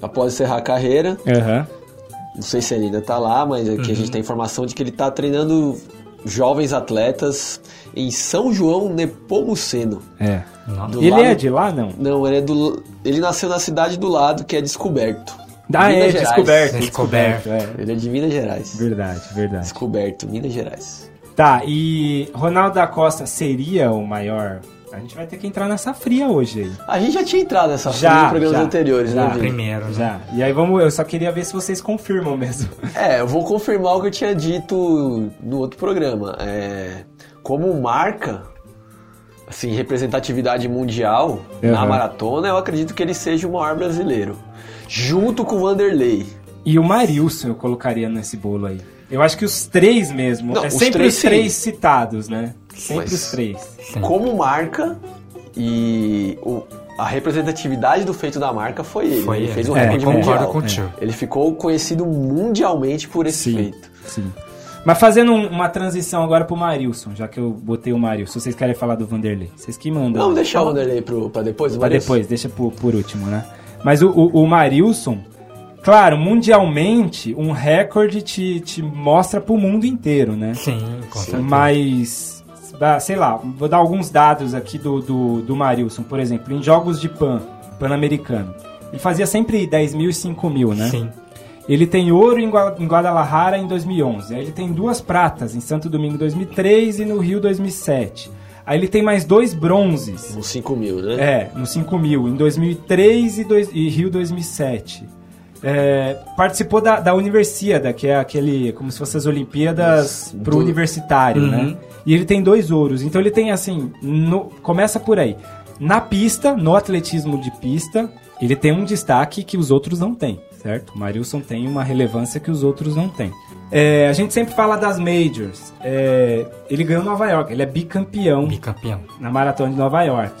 Speaker 2: após encerrar a carreira,
Speaker 1: Aham.
Speaker 2: não sei se ele ainda tá lá, mas aqui
Speaker 1: Uhum.
Speaker 2: a gente tem informação de que ele tá treinando jovens atletas em São João Nepomuceno.
Speaker 1: É.
Speaker 3: Nossa.
Speaker 2: Do
Speaker 1: Ele
Speaker 2: lado-
Speaker 1: é de lá, não?
Speaker 2: Não, ele é do. Ele nasceu na cidade do lado, que é Descoberto.
Speaker 1: Ah,
Speaker 2: Minas
Speaker 1: é,
Speaker 2: Gerais.
Speaker 1: descoberto,
Speaker 3: Descoberto.
Speaker 1: descoberto. É.
Speaker 2: Ele é de Minas Gerais.
Speaker 1: Verdade, verdade.
Speaker 2: Descoberto, Minas Gerais.
Speaker 1: Tá, e Ronaldo da Costa seria o maior? A gente vai ter que entrar nessa fria hoje aí.
Speaker 2: A gente já tinha entrado nessa
Speaker 1: Já,
Speaker 2: fase em programas
Speaker 1: já,
Speaker 2: anteriores,
Speaker 1: já.
Speaker 2: né, Vini?
Speaker 3: Primeiro, né?
Speaker 1: Já. E aí vamos, eu só queria ver se vocês confirmam mesmo.
Speaker 2: É, eu vou confirmar o que eu tinha dito no outro programa. É, como marca, assim, representatividade mundial na
Speaker 1: Uhum.
Speaker 2: maratona, eu acredito que ele seja o maior brasileiro. Junto com o Vanderlei.
Speaker 1: E o Marilson eu colocaria nesse bolo aí. Eu acho que os três mesmo.
Speaker 2: Não,
Speaker 1: é
Speaker 2: os
Speaker 1: sempre
Speaker 2: três,
Speaker 1: os três citados, né? Sempre
Speaker 2: Mas-
Speaker 1: os três.
Speaker 3: Sim.
Speaker 2: Como marca e o- a representatividade do feito da marca foi ele.
Speaker 3: Foi
Speaker 2: ele
Speaker 3: ele.
Speaker 2: fez um
Speaker 1: É,
Speaker 2: recorde
Speaker 1: concordo
Speaker 2: mundial. É.
Speaker 3: contigo.
Speaker 2: Ele ficou conhecido mundialmente por esse
Speaker 1: Sim.
Speaker 2: feito.
Speaker 1: Sim. Mas fazendo um- uma transição agora pro Marilson, já que eu botei o Marilson. Vocês querem falar do Vanderlei? Vocês que mandam.
Speaker 2: Vamos deixar o Vanderlei pro, pra depois?
Speaker 1: Pra
Speaker 2: Vanderlei?
Speaker 1: depois, deixa por, por último, né? Mas o, o, o Marilson, claro, mundialmente, um recorde te, te mostra pro mundo inteiro, né?
Speaker 3: Sim, com certeza.
Speaker 1: Mas, ah, sei lá, vou dar alguns dados aqui do, do, do Marilson. Por exemplo, em jogos de PAN, Pan-Americano, ele fazia sempre 10 mil e 5 mil, né?
Speaker 3: Sim.
Speaker 1: Ele tem ouro em, Gua- em Guadalajara em 2011. Aí ele tem duas pratas em Santo Domingo 2003 e no Rio 2007. Aí ele tem mais dois bronzes.
Speaker 2: Uns 5 mil, né?
Speaker 1: É, no 5 mil, em 2003 e, dois, e Rio 2007. É, participou da, da Universiada, que é aquele, como se fossem as Olimpíadas
Speaker 2: Isso,
Speaker 1: pro
Speaker 2: do-
Speaker 1: universitário,
Speaker 3: Uhum.
Speaker 1: né? E ele tem dois ouros, então ele tem assim, no- começa por aí. Na pista, no atletismo de pista, ele tem um destaque que os outros não têm, certo? O Marilson tem uma relevância que os outros não têm. É, a gente sempre fala das majors. É, ele ganhou Nova York, ele é bicampeão
Speaker 3: Bicampeão.
Speaker 1: na maratona de Nova York.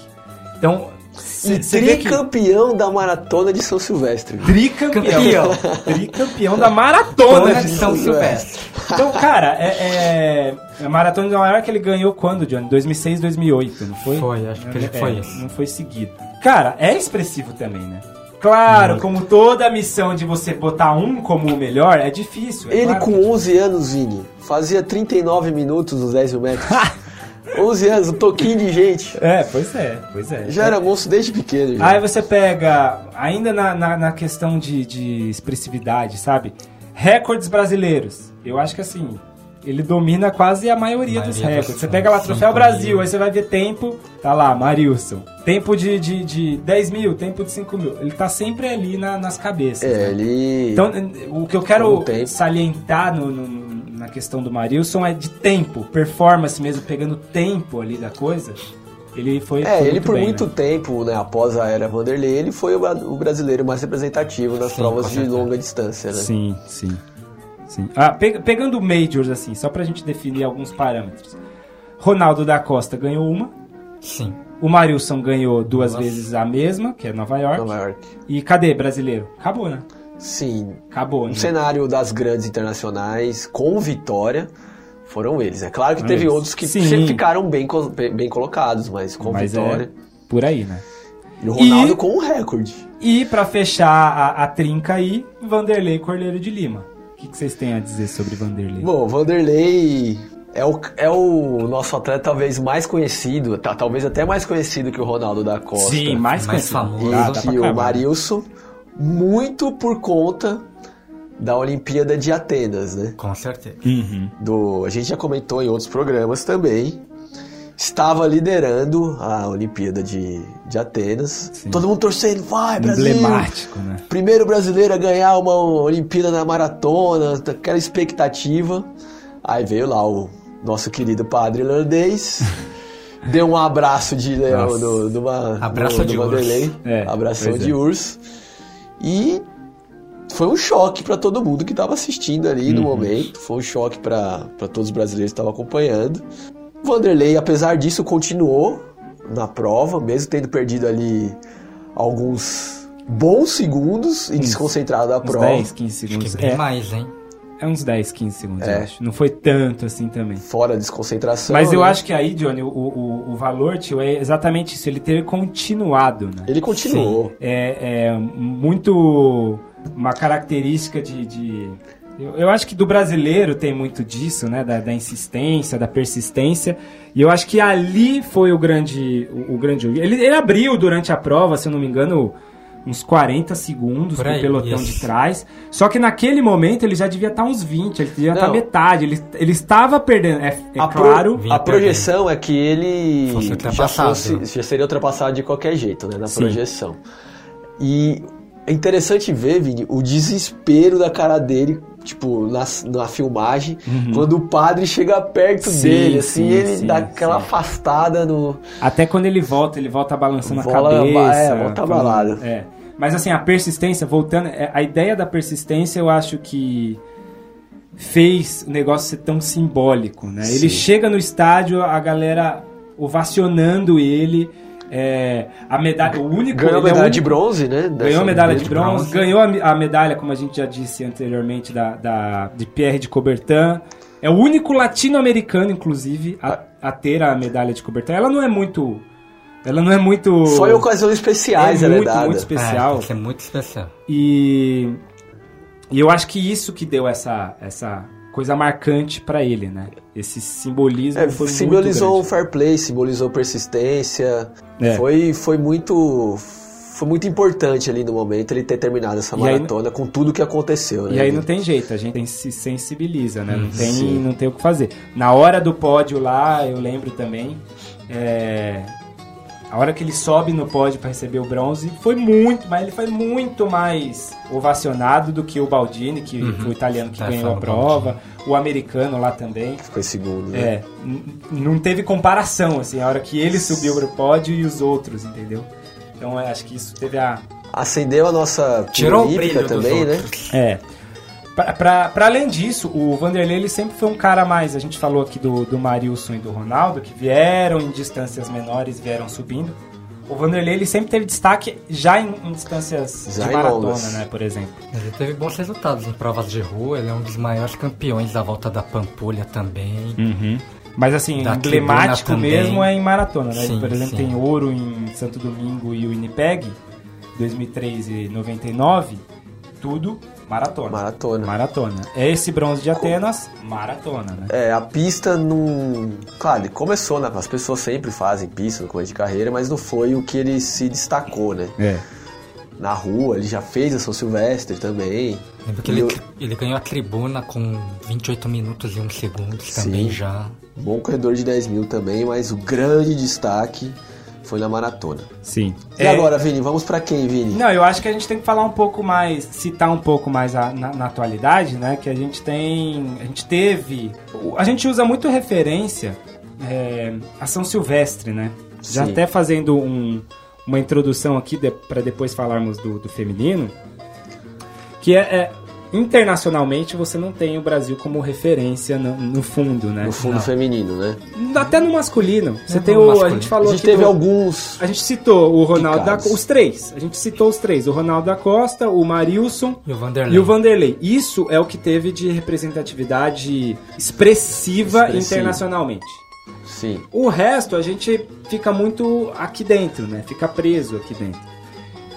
Speaker 1: Então,
Speaker 2: E
Speaker 1: você vê que
Speaker 2: tricampeão da maratona de São Silvestre.
Speaker 1: tricampeão, tricampeão da maratona de São Silvestre. Então, cara, é, é- a maratona de Nova York ele ganhou quando, Johnny? 2006, 2008, não foi?
Speaker 3: Foi, acho que
Speaker 1: É,
Speaker 3: foi isso.
Speaker 1: Não foi seguido. Cara, é expressivo também, né? Claro, como toda missão de você botar um como o melhor, é difícil. é
Speaker 2: Ele
Speaker 1: claro que
Speaker 2: com 11 anos, Vini, fazia 39 minutos nos 10 mil metros. 11 anos, um toquinho de gente.
Speaker 1: É, pois é, pois é.
Speaker 2: Já era monstro desde pequeno. já.
Speaker 1: Aí você pega, ainda na, na, na questão de, de expressividade, sabe? Recordes brasileiros. Eu acho que assim, Ele domina quase a maioria,
Speaker 3: A maioria
Speaker 1: dos
Speaker 3: dos
Speaker 1: recordes. Você
Speaker 3: são
Speaker 1: pega lá,
Speaker 3: cinco
Speaker 1: troféu Brasil,
Speaker 3: mil.
Speaker 1: aí você vai ver tempo, tá lá, Marilson. Tempo de, de, de 10 mil, tempo de 5 mil. Ele tá sempre ali na- nas cabeças. né?
Speaker 2: É, ele.
Speaker 1: Então, o que eu quero
Speaker 2: Não tem.
Speaker 1: salientar no- no- no- na questão do Marilson é de tempo, performance mesmo, pegando tempo ali da coisa. Ele foi.
Speaker 2: É,
Speaker 1: foi
Speaker 2: ele por
Speaker 1: bem,
Speaker 2: muito
Speaker 1: né?
Speaker 2: tempo, né, após a era Vanderlei, ele foi o bra- o brasileiro mais representativo nas
Speaker 3: Sim,
Speaker 2: provas
Speaker 3: com
Speaker 2: de
Speaker 3: certeza.
Speaker 2: longa distância, né?
Speaker 1: Sim, sim. sim. Ah, pe- pegando majors, assim, só pra gente definir alguns parâmetros. Ronaldo da Costa ganhou uma.
Speaker 3: Sim.
Speaker 1: O Marilson ganhou duas
Speaker 3: Nossa.
Speaker 1: vezes a mesma, que é Nova York.
Speaker 2: Nova York.
Speaker 1: E cadê, brasileiro? Acabou, né?
Speaker 2: Sim.
Speaker 1: Acabou, né?
Speaker 2: No cenário das grandes internacionais, com vitória, foram eles. É claro que
Speaker 1: Foram
Speaker 2: teve
Speaker 1: eles.
Speaker 2: outros que
Speaker 1: Sim.
Speaker 2: sempre ficaram bem, co- bem bem colocados, mas com
Speaker 1: Mas
Speaker 2: vitória.
Speaker 1: é por aí, né?
Speaker 2: E o Ronaldo
Speaker 1: E-
Speaker 2: com um recorde.
Speaker 1: E pra fechar a, a trinca aí, Vanderlei Cordeiro de Lima. O que, que vocês têm a dizer sobre Vanderlei?
Speaker 2: Bom, Vanderlei é o, é o nosso atleta talvez mais conhecido, tá- talvez até mais conhecido que o Ronaldo da Costa.
Speaker 1: Sim, mais,
Speaker 3: Mais
Speaker 1: conhecido.
Speaker 3: famoso.
Speaker 1: Dá-
Speaker 2: E
Speaker 1: dá pra
Speaker 2: que o
Speaker 1: acabar.
Speaker 2: Ah, tá Marilson, muito por conta da Olimpíada de Atenas, né?
Speaker 3: Com certeza.
Speaker 1: Uhum.
Speaker 2: Do, a gente já comentou em outros programas também. Estava liderando a Olimpíada de, de Atenas.
Speaker 1: Sim.
Speaker 2: Todo mundo torcendo, vai Brasil!
Speaker 1: Emblemático, né?
Speaker 2: Primeiro brasileiro a ganhar uma Olimpíada na maratona, aquela expectativa. Aí veio lá o nosso querido padre irlandês, deu um abraço de leão
Speaker 1: Nossa.
Speaker 2: no, numa,
Speaker 3: Abraço
Speaker 2: no,
Speaker 3: de
Speaker 2: no
Speaker 3: urso.
Speaker 2: Vanderlei,
Speaker 1: É,
Speaker 2: abração
Speaker 1: pois
Speaker 2: de
Speaker 1: é.
Speaker 2: urso. E foi um choque para todo mundo que estava assistindo ali
Speaker 1: Uhum.
Speaker 2: no momento, foi um choque para todos os brasileiros que estavam acompanhando. Vanderlei, apesar disso, continuou na prova, mesmo tendo perdido ali alguns bons segundos e desconcentrado da
Speaker 1: Uns
Speaker 2: prova.
Speaker 1: 10, 15
Speaker 3: Acho
Speaker 1: segundos.
Speaker 3: que bem
Speaker 1: É,
Speaker 3: mais, hein?
Speaker 1: é uns 10, 15 segundos,
Speaker 2: É.
Speaker 1: eu acho. Não foi tanto assim também.
Speaker 2: Fora a desconcentração.
Speaker 1: Mas eu
Speaker 2: né?
Speaker 1: acho que aí, Johnny, o, o, o valor, tio, é exatamente isso. Ele ter continuado, né?
Speaker 2: Ele continuou.
Speaker 1: é, é muito uma característica de. de- eu, eu acho que do brasileiro tem muito disso, né? Da, da insistência, da persistência. E eu acho que ali foi o grande. O, o grande ele, ele abriu durante a prova, se eu não me engano, uns 40 segundos
Speaker 3: Por
Speaker 1: pro
Speaker 3: aí,
Speaker 1: pelotão
Speaker 3: isso.
Speaker 1: de trás. Só que naquele momento ele já devia estar uns 20, ele devia estar
Speaker 2: Não.
Speaker 1: metade. Ele, ele estava perdendo. É, é
Speaker 2: A pro-
Speaker 1: claro.
Speaker 3: Vinha
Speaker 2: a projeção é que ele
Speaker 3: Fosse
Speaker 2: já,
Speaker 3: ultrapassado.
Speaker 2: fosse, já seria ultrapassado de qualquer jeito, né? Na
Speaker 1: Sim.
Speaker 2: projeção. E é interessante ver, Vini, o desespero da cara dele, tipo, na, na filmagem, quando o padre chega perto
Speaker 1: Uhum. Sim,
Speaker 2: dele, assim,
Speaker 1: sim,
Speaker 2: ele
Speaker 1: sim,
Speaker 2: dá aquela
Speaker 1: sim.
Speaker 2: afastada no.
Speaker 1: Até quando ele volta, ele volta balançando
Speaker 2: Vola-
Speaker 1: a cabeça.
Speaker 2: é, volta
Speaker 1: falando-
Speaker 2: abalado.
Speaker 1: É. Mas assim, a persistência, voltando, é, a ideia da persistência eu acho que fez o negócio ser tão simbólico, né? Ele
Speaker 2: Sim.
Speaker 1: chega no estádio, a galera ovacionando ele, é, a medalha, o único...
Speaker 2: Ganhou
Speaker 1: ele
Speaker 2: a
Speaker 1: é o
Speaker 2: medalha
Speaker 1: único-
Speaker 2: de bronze, né? Dessa
Speaker 1: Ganhou a medalha de
Speaker 2: vez.
Speaker 1: bronze, ganhou a, me- a medalha, como a gente já disse anteriormente, da, da- de Pierre de Coubertin. É o único latino-americano, inclusive, a, a ter a medalha de Coubertin. Ela não é muito. Ela não é muito.
Speaker 2: Só em ocasiões especiais
Speaker 1: é
Speaker 2: ela é
Speaker 1: muito,
Speaker 2: dada.
Speaker 1: muito especial.
Speaker 3: É, tem que ser muito especial.
Speaker 1: E, e eu acho que isso que deu essa, essa coisa marcante pra ele, né? Esse simbolismo
Speaker 2: É,
Speaker 1: foi
Speaker 2: simbolizou o
Speaker 1: muito grande.
Speaker 2: fair play, simbolizou persistência.
Speaker 1: É.
Speaker 2: Foi, foi muito foi muito importante ali no momento ele ter terminado essa
Speaker 1: E aí-
Speaker 2: maratona com tudo que aconteceu, né?
Speaker 1: E aí não tem jeito, a gente tem- se sensibiliza, né? Não tem,
Speaker 2: Sim.
Speaker 1: não tem o que fazer. Na hora do pódio lá, eu lembro também, é, a hora que ele sobe no pódio pra receber o bronze, foi muito, mas ele foi muito mais ovacionado do que o Baldini, que
Speaker 3: Uhum.
Speaker 1: foi o italiano que
Speaker 3: Tá,
Speaker 1: ganhou a
Speaker 3: fala,
Speaker 1: prova, o americano lá também.
Speaker 2: Ficou em segundo, né?
Speaker 1: É, n- não teve comparação, assim, a hora que ele subiu pro pódio e os outros, entendeu? Então é, acho que isso teve a,
Speaker 2: Acendeu a nossa
Speaker 3: Tirou o
Speaker 2: olímpica
Speaker 3: brilho
Speaker 2: também,
Speaker 3: dos
Speaker 2: né?
Speaker 3: outros.
Speaker 1: É. Pra, pra, pra além disso, o Vanderlei ele sempre foi um cara a mais. A gente falou aqui do, do Marilson e do Ronaldo, que vieram em distâncias menores, vieram subindo. O Vanderlei ele sempre teve destaque já em, em distâncias
Speaker 2: Já
Speaker 1: de
Speaker 2: em
Speaker 1: maratona,
Speaker 2: longas.
Speaker 1: né, por exemplo.
Speaker 3: Ele teve bons resultados em provas de rua, ele é um dos maiores campeões da volta da Pampulha também.
Speaker 1: Mas assim,
Speaker 3: Da
Speaker 1: emblemático
Speaker 3: tribuna Uhum. também.
Speaker 1: mesmo é em maratona, né?
Speaker 3: Sim,
Speaker 1: por exemplo,
Speaker 3: sim.
Speaker 1: tem ouro em Santo Domingo e o Winnipeg, 2003 e 99, tudo maratona.
Speaker 2: Maratona.
Speaker 1: Maratona. É Esse bronze de Atenas, maratona, né?
Speaker 2: É, a pista não. Claro, ele começou, né? As pessoas sempre fazem pista no começo de carreira, mas não foi o que ele se destacou, né?
Speaker 1: É.
Speaker 2: na rua, ele já fez a São Silvestre também.
Speaker 3: Lembro que
Speaker 2: E
Speaker 3: ele,
Speaker 2: eu-
Speaker 3: ele ganhou a tribuna com 28 minutos e 1 segundo também
Speaker 2: Sim.
Speaker 3: já.
Speaker 2: Bom corredor de 10 mil também, mas o grande destaque foi na maratona.
Speaker 1: Sim.
Speaker 2: E
Speaker 1: É,
Speaker 2: agora, Vini? Vamos pra quem, Vini?
Speaker 1: Não, eu acho que a gente tem que falar um pouco mais, citar um pouco mais a- na, na atualidade, né? Que a gente tem, a gente teve, o- a gente usa muito referência é, a São Silvestre, né? Já
Speaker 2: Sim.
Speaker 1: até fazendo um- uma introdução aqui de, para depois falarmos do, do feminino, que é, é, internacionalmente você não tem o Brasil como referência no, no fundo, né?
Speaker 2: No fundo feminino, né?
Speaker 1: Até no masculino. Você
Speaker 3: No
Speaker 1: tem o, a
Speaker 3: masculino.
Speaker 1: gente
Speaker 2: A
Speaker 1: falou
Speaker 2: gente
Speaker 1: aqui
Speaker 2: teve
Speaker 1: do-
Speaker 2: alguns.
Speaker 1: a gente citou o Ronaldo da
Speaker 2: Picados.
Speaker 1: Os três. A gente citou os três. O Ronaldo da Costa, o Marilson
Speaker 3: E o Vanderlei.
Speaker 1: e o Vanderlei. Isso é o que teve de representatividade expressiva
Speaker 2: Expressiva.
Speaker 1: internacionalmente.
Speaker 2: Sim.
Speaker 1: O resto a gente fica muito aqui dentro, né? Fica preso aqui dentro.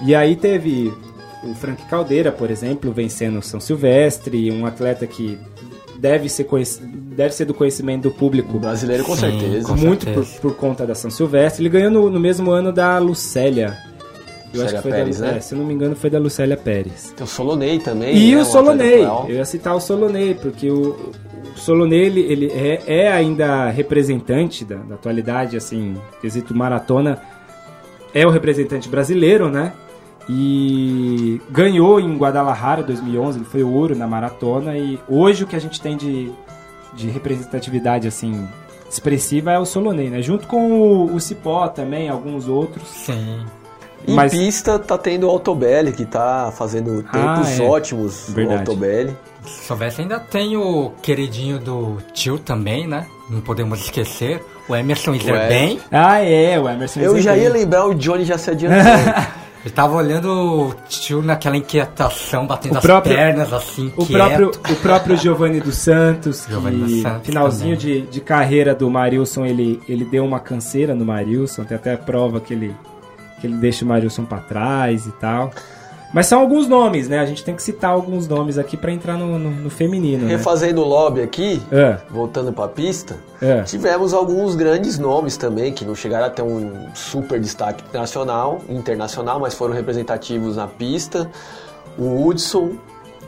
Speaker 1: E aí teve o Frank Caldeira, por exemplo, vencendo o São Silvestre, um atleta que deve ser, conhec- deve ser do conhecimento do público
Speaker 2: O brasileiro, com
Speaker 3: Sim,
Speaker 2: certeza.
Speaker 3: com-
Speaker 1: muito por,
Speaker 3: certeza.
Speaker 1: por conta da São Silvestre. Ele ganhou no, no mesmo ano da Lucélia. Eu acho
Speaker 2: Lucélia
Speaker 1: que foi
Speaker 2: Pérez,
Speaker 1: da,
Speaker 2: né?
Speaker 1: é, se eu não me engano, foi da Lucélia Pérez.
Speaker 2: Tem o Solonei também.
Speaker 1: E
Speaker 2: né? Um
Speaker 1: o
Speaker 2: atleta
Speaker 1: Solonei.
Speaker 2: natural.
Speaker 1: Eu ia citar o Solonei, porque o, o Solonei ele, ele é, é ainda representante da, da atualidade, assim, quesito maratona. É o representante brasileiro, né? E ganhou em Guadalajara 2011, ele foi o ouro na maratona. E hoje o que a gente tem de, de representatividade, assim, expressiva é o Solonei, né? Junto com o, o Cipó também, alguns outros.
Speaker 3: Sim.
Speaker 2: Em
Speaker 1: Mas-
Speaker 2: pista tá tendo o Altobelli, que tá fazendo tempos
Speaker 1: é.
Speaker 2: ótimos no
Speaker 1: Verdade.
Speaker 2: Altobelli.
Speaker 3: Se soubesse, ainda tem o queridinho do tio também, né? Não podemos esquecer. O Emerson Zerben.
Speaker 1: Ah, é, o Emerson
Speaker 2: Eu já
Speaker 1: Zerben.
Speaker 2: ia lembrar, o Johnny já se adiantou.
Speaker 3: Eu tava olhando o tio naquela inquietação, batendo
Speaker 1: O
Speaker 3: as
Speaker 1: próprio-
Speaker 3: pernas assim,
Speaker 1: O
Speaker 3: quieto.
Speaker 1: próprio, o próprio Giovanni dos Santos, que
Speaker 3: Giovanni dos Santos
Speaker 1: finalzinho de, de carreira do Marilson, ele, ele deu uma canseira no Marilson, tem até a prova que ele, que ele deixa o Marilson pra trás e tal. Mas são alguns nomes, né? A gente tem que citar alguns nomes aqui pra entrar no, no, no feminino, né?
Speaker 2: Refazendo o lobby aqui,
Speaker 1: Ah,
Speaker 2: voltando pra pista.
Speaker 1: ah.
Speaker 2: Tivemos alguns grandes nomes também que não chegaram a ter um super destaque nacional, internacional, mas foram representativos na pista. O Hudson,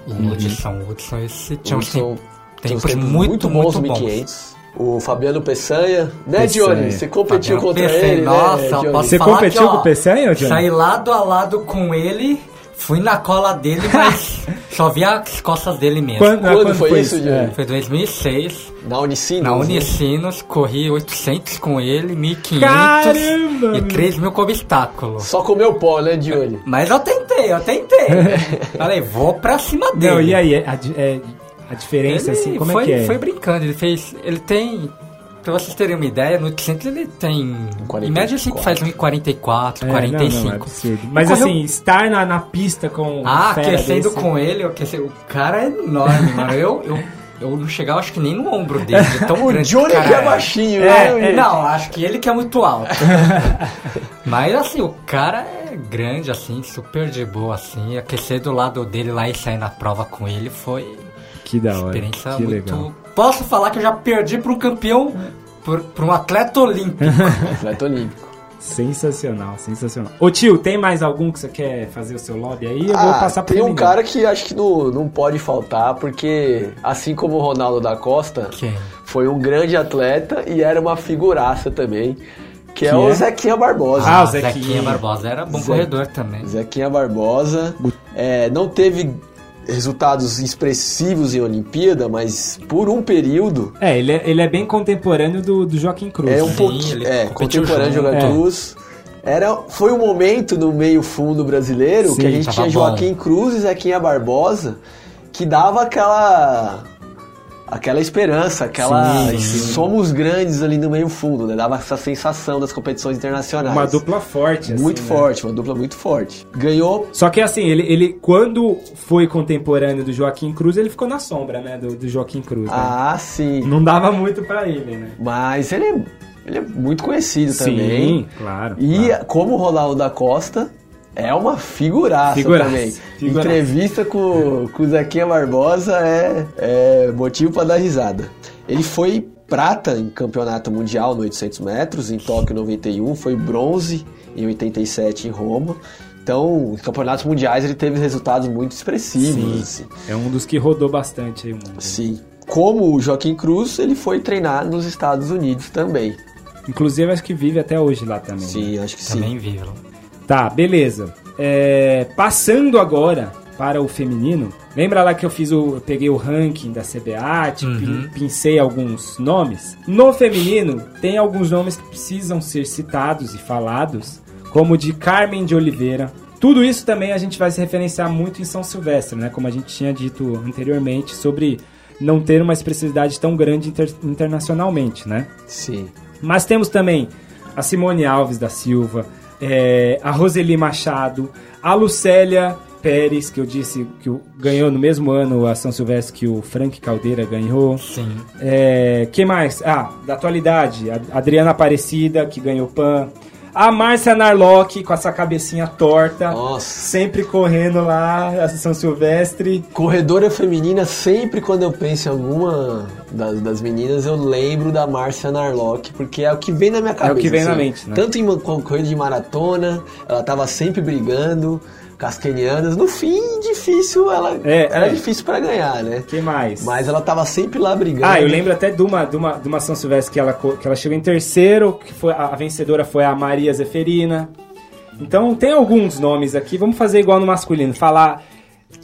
Speaker 3: O Hudson, o Hudson, esse tinha uns
Speaker 2: Hudson
Speaker 3: tempos,
Speaker 2: tem uns
Speaker 3: muito, muito bons.
Speaker 2: no 1500. O Fabiano Peçanha, né,
Speaker 1: Peçanha.
Speaker 2: Johnny? Você competiu
Speaker 3: Fabiano
Speaker 2: contra
Speaker 3: Peçanha,
Speaker 2: ele,
Speaker 3: nossa,
Speaker 2: né, Johnny?
Speaker 3: posso-
Speaker 1: Você
Speaker 3: falar
Speaker 1: competiu
Speaker 3: que, ó,
Speaker 1: com o Peçanha,
Speaker 3: Saí
Speaker 1: Johnny?
Speaker 3: lado a lado com ele, fui na cola dele, mas só vi as costas dele mesmo.
Speaker 1: Quando, ah,
Speaker 2: Quando foi isso, Johnny?
Speaker 1: É.
Speaker 3: Foi 2006,
Speaker 2: Na Unicinos,
Speaker 3: na
Speaker 2: né?
Speaker 3: Unicinos, corri 800 com ele, 1500
Speaker 1: Caramba,
Speaker 3: e 3 mil com obstáculo.
Speaker 2: Só comeu pó, né, Johnny?
Speaker 3: Mas eu tentei, eu tentei. Falei, vou pra cima dele.
Speaker 1: Não, e aí, a, di- é, a diferença,
Speaker 3: Ele
Speaker 1: assim, como
Speaker 3: foi,
Speaker 1: é que é?
Speaker 3: foi brincando, ele fez. Ele tem. Pra vocês terem uma ideia, no 800 ele tem. Em
Speaker 2: 44.
Speaker 3: média ele sempre faz 1,44,
Speaker 1: É, não, não, é
Speaker 3: 45.
Speaker 1: absurdo. Mas
Speaker 3: Correu-
Speaker 1: assim, estar na, na pista com um
Speaker 3: Ah,
Speaker 1: fera
Speaker 3: aquecendo
Speaker 1: desse-
Speaker 3: com ele, eu aquecendo. O cara é enorme, mano. Eu, eu, eu não chegava, acho que nem no ombro dele. de Tão
Speaker 2: O
Speaker 3: grande
Speaker 2: Johnny
Speaker 3: cara
Speaker 2: que é
Speaker 3: era.
Speaker 2: baixinho, né?
Speaker 3: É,
Speaker 2: Johnny?
Speaker 3: não, acho que ele que é muito alto. Mas assim, o cara é grande, assim, super de boa, assim. Aquecer do lado dele lá e sair na prova com ele foi
Speaker 1: Que da hora.
Speaker 3: experiência
Speaker 1: que
Speaker 3: muito.
Speaker 1: legal.
Speaker 3: Posso falar que eu já perdi para um campeão, para um atleta olímpico.
Speaker 2: Atleta olímpico.
Speaker 1: Sensacional, sensacional. Ô tio, tem mais algum que você quer fazer o seu lobby aí? Eu vou
Speaker 2: Ah,
Speaker 1: passar pro
Speaker 2: tem um
Speaker 1: menino.
Speaker 2: cara que acho que não, não pode faltar, porque assim como o Ronaldo da Costa,
Speaker 3: Quem?
Speaker 2: foi um grande atleta e era uma figuraça também, que, é,
Speaker 1: é?
Speaker 2: o Zequinha Barbosa.
Speaker 1: Ah, o
Speaker 3: Zequinha.
Speaker 1: Zequinha.
Speaker 3: Barbosa era bom
Speaker 2: Zé-
Speaker 3: corredor também.
Speaker 2: Zequinha Barbosa é, não teve resultados expressivos em Olimpíada, mas por um período
Speaker 1: É, ele é, ele é bem contemporâneo do, do Joaquim Cruz.
Speaker 2: é um
Speaker 3: Sim,
Speaker 2: pouquinho
Speaker 3: ele
Speaker 2: é,
Speaker 3: competiu
Speaker 2: contemporâneo
Speaker 3: junto.
Speaker 2: jogador
Speaker 1: É.
Speaker 2: Cruz. Era, foi um momento no meio fundo brasileiro
Speaker 1: Sim,
Speaker 2: que a gente
Speaker 3: tava
Speaker 2: tinha
Speaker 3: bom.
Speaker 2: Joaquim Cruz e Zequinha Barbosa que dava aquela aquela esperança, aquela
Speaker 3: Sim, sim.
Speaker 2: somos grandes ali no meio fundo, né? Dava essa sensação das competições internacionais.
Speaker 1: Uma dupla forte. assim,
Speaker 2: muito
Speaker 1: né?
Speaker 2: forte, uma dupla muito forte. Ganhou
Speaker 1: Só que assim, ele, ele quando foi contemporâneo do Joaquim Cruz, ele ficou na sombra, né? Do, do Joaquim Cruz. né?
Speaker 2: Ah, sim.
Speaker 1: Não dava muito pra ele, né?
Speaker 2: Mas ele é, ele é muito conhecido também.
Speaker 1: Sim, claro.
Speaker 2: E
Speaker 1: claro.
Speaker 2: como o Ronaldo da Costa é uma figuraça,
Speaker 1: Figuraça,
Speaker 2: também.
Speaker 1: figuraça.
Speaker 2: Entrevista com, com o Zequinha Barbosa é, é motivo pra dar risada. Ele foi prata em campeonato mundial no 800 metros, em Tóquio 91, foi bronze em 87 em Roma. Então, os campeonatos mundiais ele teve resultados muito expressivos.
Speaker 1: Sim.
Speaker 2: assim.
Speaker 1: É um dos que rodou bastante aí o mundo.
Speaker 2: Sim. Como o Joaquim Cruz, ele foi treinar nos Estados Unidos também.
Speaker 1: Inclusive, acho que vive até hoje lá também. né?
Speaker 2: Sim, acho que sim.
Speaker 3: Também vive. lá.
Speaker 1: Tá, beleza. É, passando agora para o feminino. Lembra lá que eu fiz o, eu peguei o ranking da CBA, tipo,
Speaker 3: Uhum.
Speaker 1: pin- pincei alguns nomes? No feminino, tem alguns nomes que precisam ser citados e falados, como o de Carmen de Oliveira. Tudo isso também a gente vai se referenciar muito em São Silvestre, né? Como a gente tinha dito anteriormente sobre não ter uma expressividade tão grande inter- internacionalmente, né?
Speaker 2: Sim.
Speaker 1: Mas temos também a Simone Alves da Silva, eh, a Roseli Machado, a Lucélia Pérez, que eu disse que o- ganhou no mesmo ano a São Silvestre que o Frank Caldeira ganhou.
Speaker 3: Sim.
Speaker 1: É, que mais? Ah, da atualidade, a Adriana Aparecida, que ganhou PAN. A Márcia Narlock, com essa cabecinha torta,
Speaker 2: Nossa.
Speaker 1: sempre correndo lá, a São Silvestre.
Speaker 2: Corredora feminina, sempre quando eu penso em alguma das, das meninas, eu lembro da Márcia Narlock, porque é o que vem na minha cabeça. assim.
Speaker 1: o que vem na mente, né?
Speaker 2: Tanto em uma co- corrida de maratona, ela tava sempre brigando, casquenianas. No fim, difícil, ela
Speaker 1: É,
Speaker 2: era
Speaker 1: é.
Speaker 2: difícil pra ganhar, né?
Speaker 1: Que mais?
Speaker 2: Mas ela tava sempre lá brigando.
Speaker 1: Ah, eu lembro até de uma, de uma, de uma São Silvestre que ela, co- que ela chegou em terceiro, que foi a, a vencedora foi a Maria Zeferina. Então tem alguns nomes aqui, vamos fazer igual no masculino, falar,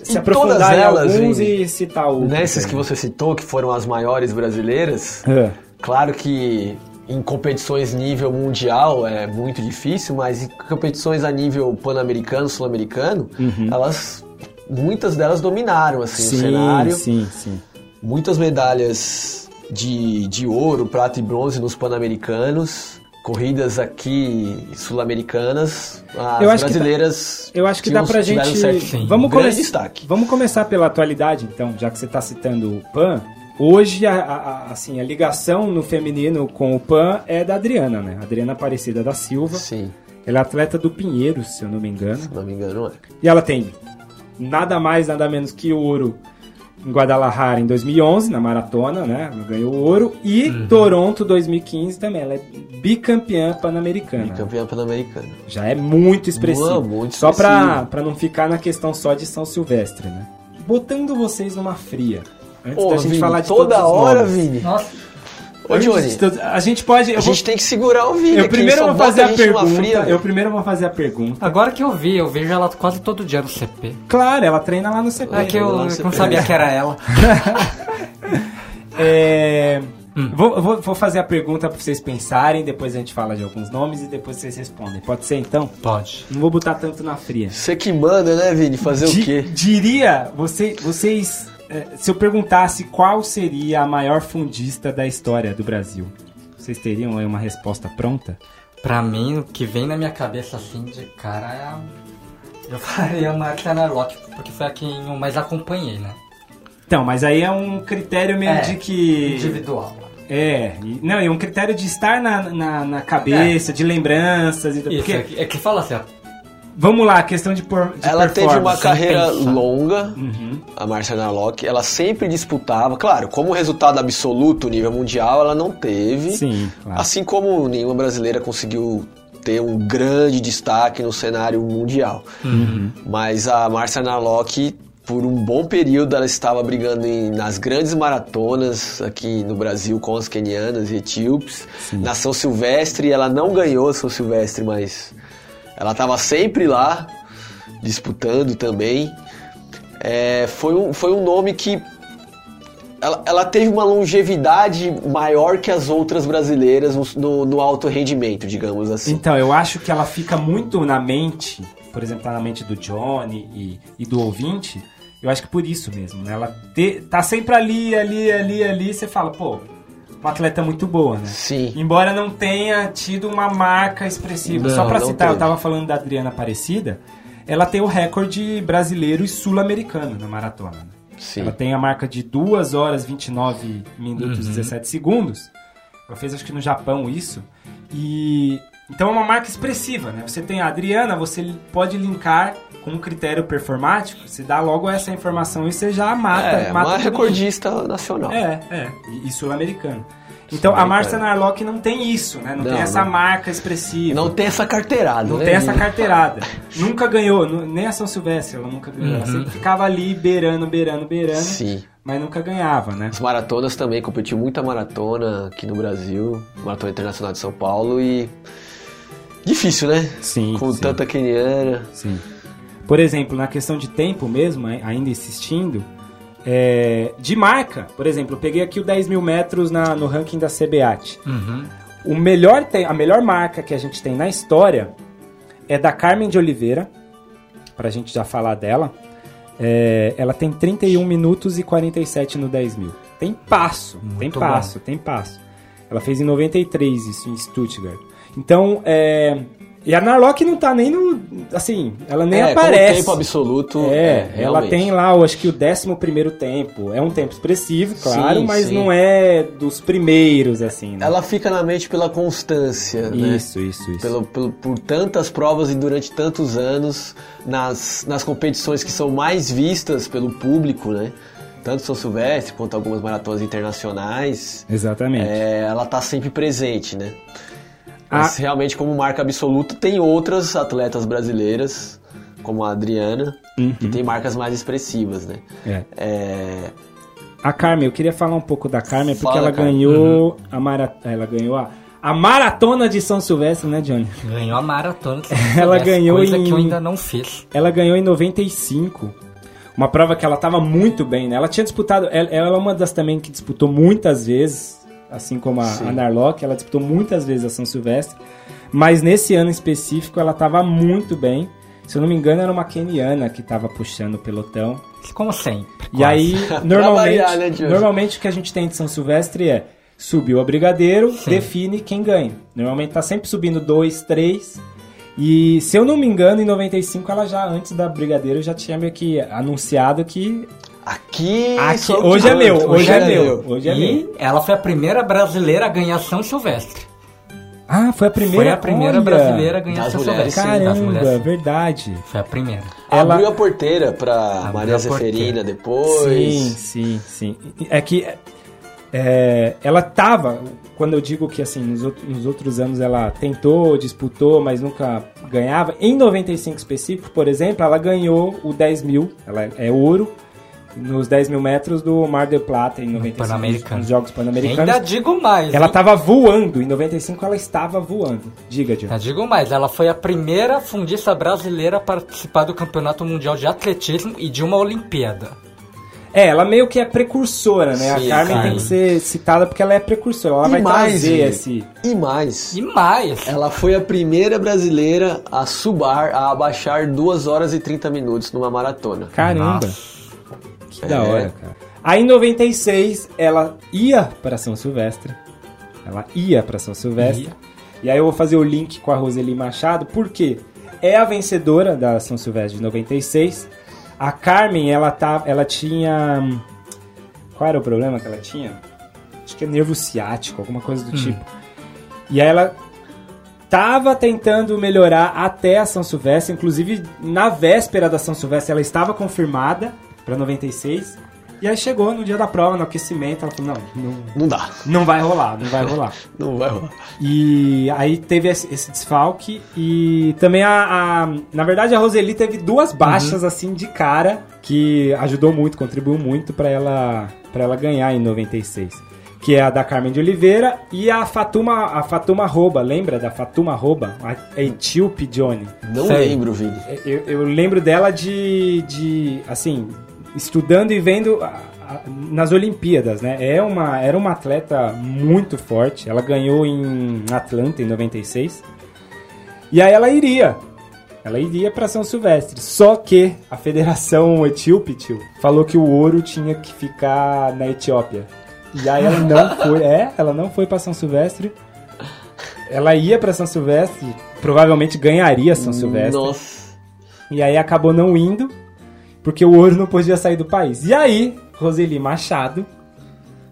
Speaker 1: se
Speaker 2: E
Speaker 1: aprofundar
Speaker 2: todas
Speaker 1: em
Speaker 2: elas,
Speaker 1: alguns
Speaker 2: Vini,
Speaker 1: e citar outros. É.
Speaker 2: Nessas
Speaker 1: aí.
Speaker 2: que você citou, que foram as maiores brasileiras,
Speaker 1: É.
Speaker 2: Claro que em competições nível mundial é muito difícil, mas em competições a nível pan-americano, sul-americano, elas muitas delas dominaram
Speaker 1: um
Speaker 2: assim o cenário.
Speaker 1: Uhum. sim, sim.
Speaker 2: Muitas medalhas de, de ouro, prata e bronze nos pan-americanos. Corridas aqui sul-americanas, as
Speaker 1: Eu acho que tá-
Speaker 2: brasileiras.
Speaker 1: Eu acho que
Speaker 2: tinham-
Speaker 1: dá pra
Speaker 2: tiveram
Speaker 1: gente. um
Speaker 2: certo um
Speaker 3: Sim.
Speaker 1: Vamos,
Speaker 2: grande
Speaker 1: come...
Speaker 2: destaque.
Speaker 1: Vamos começar pela atualidade, então, já que você está citando o PAN. Hoje, a, a- a- assim, a ligação no feminino com o PAN é da Adriana, né? Adriana Aparecida da Silva.
Speaker 2: Sim,
Speaker 1: Ela é atleta do Pinheiros, se eu não me engano.
Speaker 2: se não me engano, é.
Speaker 1: E ela tem nada mais, nada menos que ouro em Guadalajara em 2011, na maratona, né? Ela Ganhou ouro. E
Speaker 2: Uhum.
Speaker 1: Toronto 2015 também. Ela é bicampeã pan-americana.
Speaker 2: Campeã pan-americana.
Speaker 1: Já é muito expressivo.
Speaker 2: Boa, muito
Speaker 1: só pra,
Speaker 2: expressivo.
Speaker 1: pra não ficar na questão só de São Silvestre, né? Botando vocês numa fria. Antes
Speaker 2: Ô,
Speaker 1: da gente
Speaker 2: Vini,
Speaker 1: falar de
Speaker 2: toda
Speaker 1: todos os
Speaker 2: hora,
Speaker 1: nomes.
Speaker 2: Vini.
Speaker 3: Nossa,
Speaker 2: Ô, Johnny.
Speaker 1: Antes de- A gente pode. Eu,
Speaker 2: A
Speaker 1: vou-
Speaker 2: gente tem que segurar o vídeo.
Speaker 1: eu primeiro vou fazer a pergunta. eu
Speaker 2: eu...
Speaker 1: primeiro vou fazer a pergunta.
Speaker 3: agora que eu vi, eu vejo ela quase todo dia no CP.
Speaker 1: Claro, ela treina lá no CP.
Speaker 3: É que eu
Speaker 2: lá no
Speaker 3: não
Speaker 2: CP.
Speaker 3: sabia que era ela.
Speaker 1: É, Vou, vou- vou fazer a pergunta pra vocês pensarem, depois a gente fala de alguns nomes e depois vocês respondem. Pode ser então?
Speaker 3: Pode.
Speaker 1: Não vou botar tanto na fria.
Speaker 2: Você que manda, né, Vini? Fazer
Speaker 1: Di-
Speaker 2: o quê?
Speaker 1: Diria, você- vocês. eh, Se eu perguntasse qual seria a maior fundista da história do Brasil, vocês teriam aí uma resposta pronta?
Speaker 3: Pra mim, o que vem na minha cabeça assim de cara é. a- Eu faria a Marta Narlock, porque foi a quem eu mais acompanhei, né?
Speaker 1: Então, mas aí é um critério meio
Speaker 3: É,
Speaker 1: de que.
Speaker 3: Individual.
Speaker 1: É, e- não, é um critério de estar na, na, na
Speaker 2: É.
Speaker 1: cabeça, de lembranças e
Speaker 3: Isso,
Speaker 1: porque-
Speaker 3: é que- é que fala assim, ó.
Speaker 1: Vamos lá, questão de, por, de
Speaker 2: Ela teve uma
Speaker 1: performance.
Speaker 2: carreira
Speaker 3: pensa.
Speaker 2: longa, a Marcia Narlock. Ela sempre disputava. Claro, como resultado absoluto nível mundial, ela não teve.
Speaker 1: Sim, claro.
Speaker 2: Assim como nenhuma brasileira conseguiu ter um grande destaque no cenário mundial.
Speaker 1: Uhum.
Speaker 2: uhum. Mas a Marcia Narlock, por um bom período, ela estava brigando em- nas grandes maratonas aqui no Brasil com as quenianas e etíopes. Na São Silvestre, ela não ganhou a São Silvestre, mas ela estava sempre lá, disputando também. É, foi, um, foi um nome que ela, ela teve uma longevidade maior que as outras brasileiras no, no- no alto rendimento, digamos assim.
Speaker 1: Então, eu acho que ela fica muito na mente, por exemplo, tá na mente do Johnny e, e do ouvinte. Eu acho que por isso mesmo, né? Ela te- tá sempre ali, ali, ali, ali. Você fala, pô, uma atleta muito boa, né?
Speaker 2: Sim,
Speaker 1: Embora não tenha tido uma marca expressiva.
Speaker 2: Não,
Speaker 1: Só pra
Speaker 2: não
Speaker 1: citar, eu
Speaker 2: teve.
Speaker 1: tava falando da Adriana Aparecida. Ela tem o recorde brasileiro e sul-americano na maratona. né? Ela
Speaker 2: sim.
Speaker 1: tem a marca de 2 horas 29 minutos e
Speaker 2: Uhum.
Speaker 1: 17 segundos. Ela fez acho que no Japão isso. E então é uma marca expressiva, né? Você tem a Adriana, você li- pode linkar com um critério performático, você dá logo essa informação e você já mata, mata
Speaker 2: É, uma
Speaker 1: todo mundo.
Speaker 2: recordista nacional.
Speaker 1: É, é, e, e sul-americano. Então
Speaker 2: Sim,
Speaker 1: a Márcia
Speaker 2: cara.
Speaker 1: Narlock não tem isso, né? Não,
Speaker 2: Não,
Speaker 1: tem essa
Speaker 2: não.
Speaker 1: marca expressiva.
Speaker 2: Não tem essa carteirada,
Speaker 1: Não
Speaker 2: né?
Speaker 1: tem essa carteirada. nunca ganhou, nu- nem a São Silvestre ela nunca ganhou. Ela
Speaker 3: Uhum.
Speaker 1: sempre ficava ali beirando, beirando, beirando,
Speaker 2: Sim.
Speaker 1: mas nunca ganhava, né?
Speaker 2: As maratonas também, competiu muita maratona aqui no Brasil, Maratona Internacional de São Paulo e. Difícil, né?
Speaker 1: Sim,
Speaker 2: Com
Speaker 1: sim.
Speaker 2: tanta queniana.
Speaker 1: Sim. Por exemplo, na questão de tempo mesmo, ai- ainda insistindo, é, de marca, por exemplo, eu peguei aqui o 10 mil metros na- no ranking da CBAT.
Speaker 3: Uhum.
Speaker 1: O melhor te- a melhor marca que a gente tem na história é da Carmen de Oliveira, pra gente já falar dela. É, ela tem 31 minutos e 47 no 10 mil. Tem passo, tem
Speaker 3: Muito
Speaker 1: passo, tem passo. Ela fez em 93 isso em Stuttgart. Então, é... E a Narlock não tá nem no... Assim, ela nem
Speaker 2: é, como
Speaker 1: aparece.
Speaker 2: tempo absoluto.
Speaker 1: É, ela
Speaker 2: realmente.
Speaker 1: tem lá, eu acho que o 11 primeiro tempo. É um tempo expressivo, claro,
Speaker 2: Sim,
Speaker 1: mas
Speaker 2: sim.
Speaker 1: não é dos primeiros, assim, né?
Speaker 2: Ela fica na mente pela constância, né?
Speaker 1: Isso, isso, isso.
Speaker 2: Pelo, pelo- por tantas provas e durante tantos anos, nas, nas competições que são mais vistas pelo público, né? Tanto São Silvestre quanto algumas maratonas internacionais.
Speaker 1: Exatamente.
Speaker 2: É, ela tá sempre presente, né?
Speaker 1: A-
Speaker 2: Mas realmente, como marca absoluta, tem outras atletas brasileiras, como a Adriana,
Speaker 1: Uhum.
Speaker 2: que tem marcas mais expressivas, né?
Speaker 1: É.
Speaker 2: É,
Speaker 1: A Carmen, eu queria falar um pouco da Carmen, porque
Speaker 2: Fala,
Speaker 1: ela
Speaker 2: Carmen. Uhum.
Speaker 1: ganhou a mara... ela ganhou a... a maratona de São Silvestre, né, Johnny?
Speaker 3: Ganhou a maratona. que
Speaker 1: Ela
Speaker 3: tivesse,
Speaker 1: ganhou
Speaker 3: coisa
Speaker 1: em-
Speaker 3: que eu ainda não fiz.
Speaker 1: Ela ganhou em 95. Uma prova que ela estava muito bem, né? Ela tinha disputado. Ela, ela é uma das também que disputou muitas vezes, assim como a,
Speaker 2: Sim.
Speaker 1: a Narlock, ela disputou muitas vezes a São Silvestre. Mas nesse ano específico ela estava muito bem. Se eu não me engano, era uma keniana que estava puxando o pelotão.
Speaker 3: Como sempre.
Speaker 1: E
Speaker 3: quase.
Speaker 1: aí, normalmente,
Speaker 2: variar, né, Diogo?
Speaker 1: normalmente o que a gente tem de São Silvestre é subiu a brigadeiro, define quem ganha. Normalmente tá sempre subindo dois, três. E se eu não me engano, em 95 ela já, antes da brigadeiro, já tinha meio que anunciado que
Speaker 2: Aqui,
Speaker 1: Aqui-
Speaker 2: só o que
Speaker 1: hoje é
Speaker 2: conta,
Speaker 1: meu, hoje é
Speaker 2: era
Speaker 1: meu, hoje é meu.
Speaker 3: E ela foi a primeira brasileira a ganhar São Silvestre.
Speaker 1: Ah, foi a primeira
Speaker 3: foi a primeira
Speaker 1: olha!
Speaker 3: brasileira a ganhar
Speaker 2: Das
Speaker 3: São
Speaker 2: mulheres,
Speaker 3: Silvestre. das
Speaker 1: Caramba,
Speaker 3: mulheres.
Speaker 1: verdade.
Speaker 3: Foi a primeira.
Speaker 1: Ela-
Speaker 2: Abriu a porteira pra
Speaker 3: Abriu
Speaker 2: Maria
Speaker 3: a porteira.
Speaker 2: Zeferina depois.
Speaker 1: Sim, sim, sim. É que é, ela tava, quando eu digo que assim, nos, out- nos outros anos ela tentou, disputou, mas nunca ganhava. Em 95 específico, por exemplo, ela ganhou o 10 mil, ela é ouro, nos 10 mil metros do Mar del Plata em 95,
Speaker 3: Pan-Americano.
Speaker 1: nos Jogos
Speaker 3: Ainda
Speaker 1: Pan-Americanos.
Speaker 3: digo mais.
Speaker 1: Ela tá-
Speaker 3: hein?
Speaker 1: tava voando, em 95 ela estava voando. Diga, Diogo.
Speaker 3: Ainda digo mais. Ela foi a primeira fundista brasileira a participar do Campeonato Mundial de Atletismo e de uma Olimpíada.
Speaker 1: É, ela meio que é precursora, né?
Speaker 2: Sim,
Speaker 1: a Carmen
Speaker 3: Carmen.
Speaker 1: tem que ser citada porque ela é precursora, ela
Speaker 2: E
Speaker 1: vai
Speaker 2: mais,
Speaker 1: trazer
Speaker 2: Vini,
Speaker 1: esse...
Speaker 2: E mais.
Speaker 3: E mais.
Speaker 2: Ela foi a primeira brasileira a subar, a abaixar 2 horas e 30 minutos numa maratona.
Speaker 1: Caramba,
Speaker 3: Nossa.
Speaker 1: que da hora, cara. Aí em 96 ela ia pra São Silvestre. Ela ia pra São Silvestre.
Speaker 3: Ia.
Speaker 1: E aí eu vou fazer o link com a Roseli Machado, porque é a vencedora da São Silvestre de 96. A Carmen, ela tá, ela tinha hum, qual era o problema que ela tinha? Acho que é nervo ciático, alguma coisa do tipo. E aí ela tava tentando melhorar até a São Silvestre, inclusive na véspera da São Silvestre ela estava confirmada para 96. E aí chegou no dia da prova, no aquecimento, ela falou: "Não, não,
Speaker 2: Não dá,
Speaker 1: não vai rolar, não vai rolar".
Speaker 2: não vai rolar.
Speaker 1: E aí teve esse esse desfalque e também a, a- na verdade a Roseli teve duas baixas assim de cara que ajudou muito, contribuiu muito pra ela para ela ganhar em 96, que é a da Carmen de Oliveira e a Fatuma a Fatuma Roba, lembra da Fatuma Roba, a etíope Johnny?
Speaker 2: Não
Speaker 3: Sei.
Speaker 2: lembro, Vini.
Speaker 1: É, Eu, eu lembro dela de, de, assim, estudando e vendo a- a- nas Olimpíadas, né? É uma, era uma atleta muito forte. Ela ganhou em Atlanta em 96. E aí ela iria. Ela iria para São Silvestre. Só que a Federação Etíope tio, falou que o ouro tinha que ficar na Etiópia. E aí ela não foi. É, ela não foi para São Silvestre. Ela ia para São Silvestre, provavelmente ganharia São Silvestre.
Speaker 2: Nossa.
Speaker 1: E aí acabou não indo, porque o ouro não podia sair do país. E aí, Roseli Machado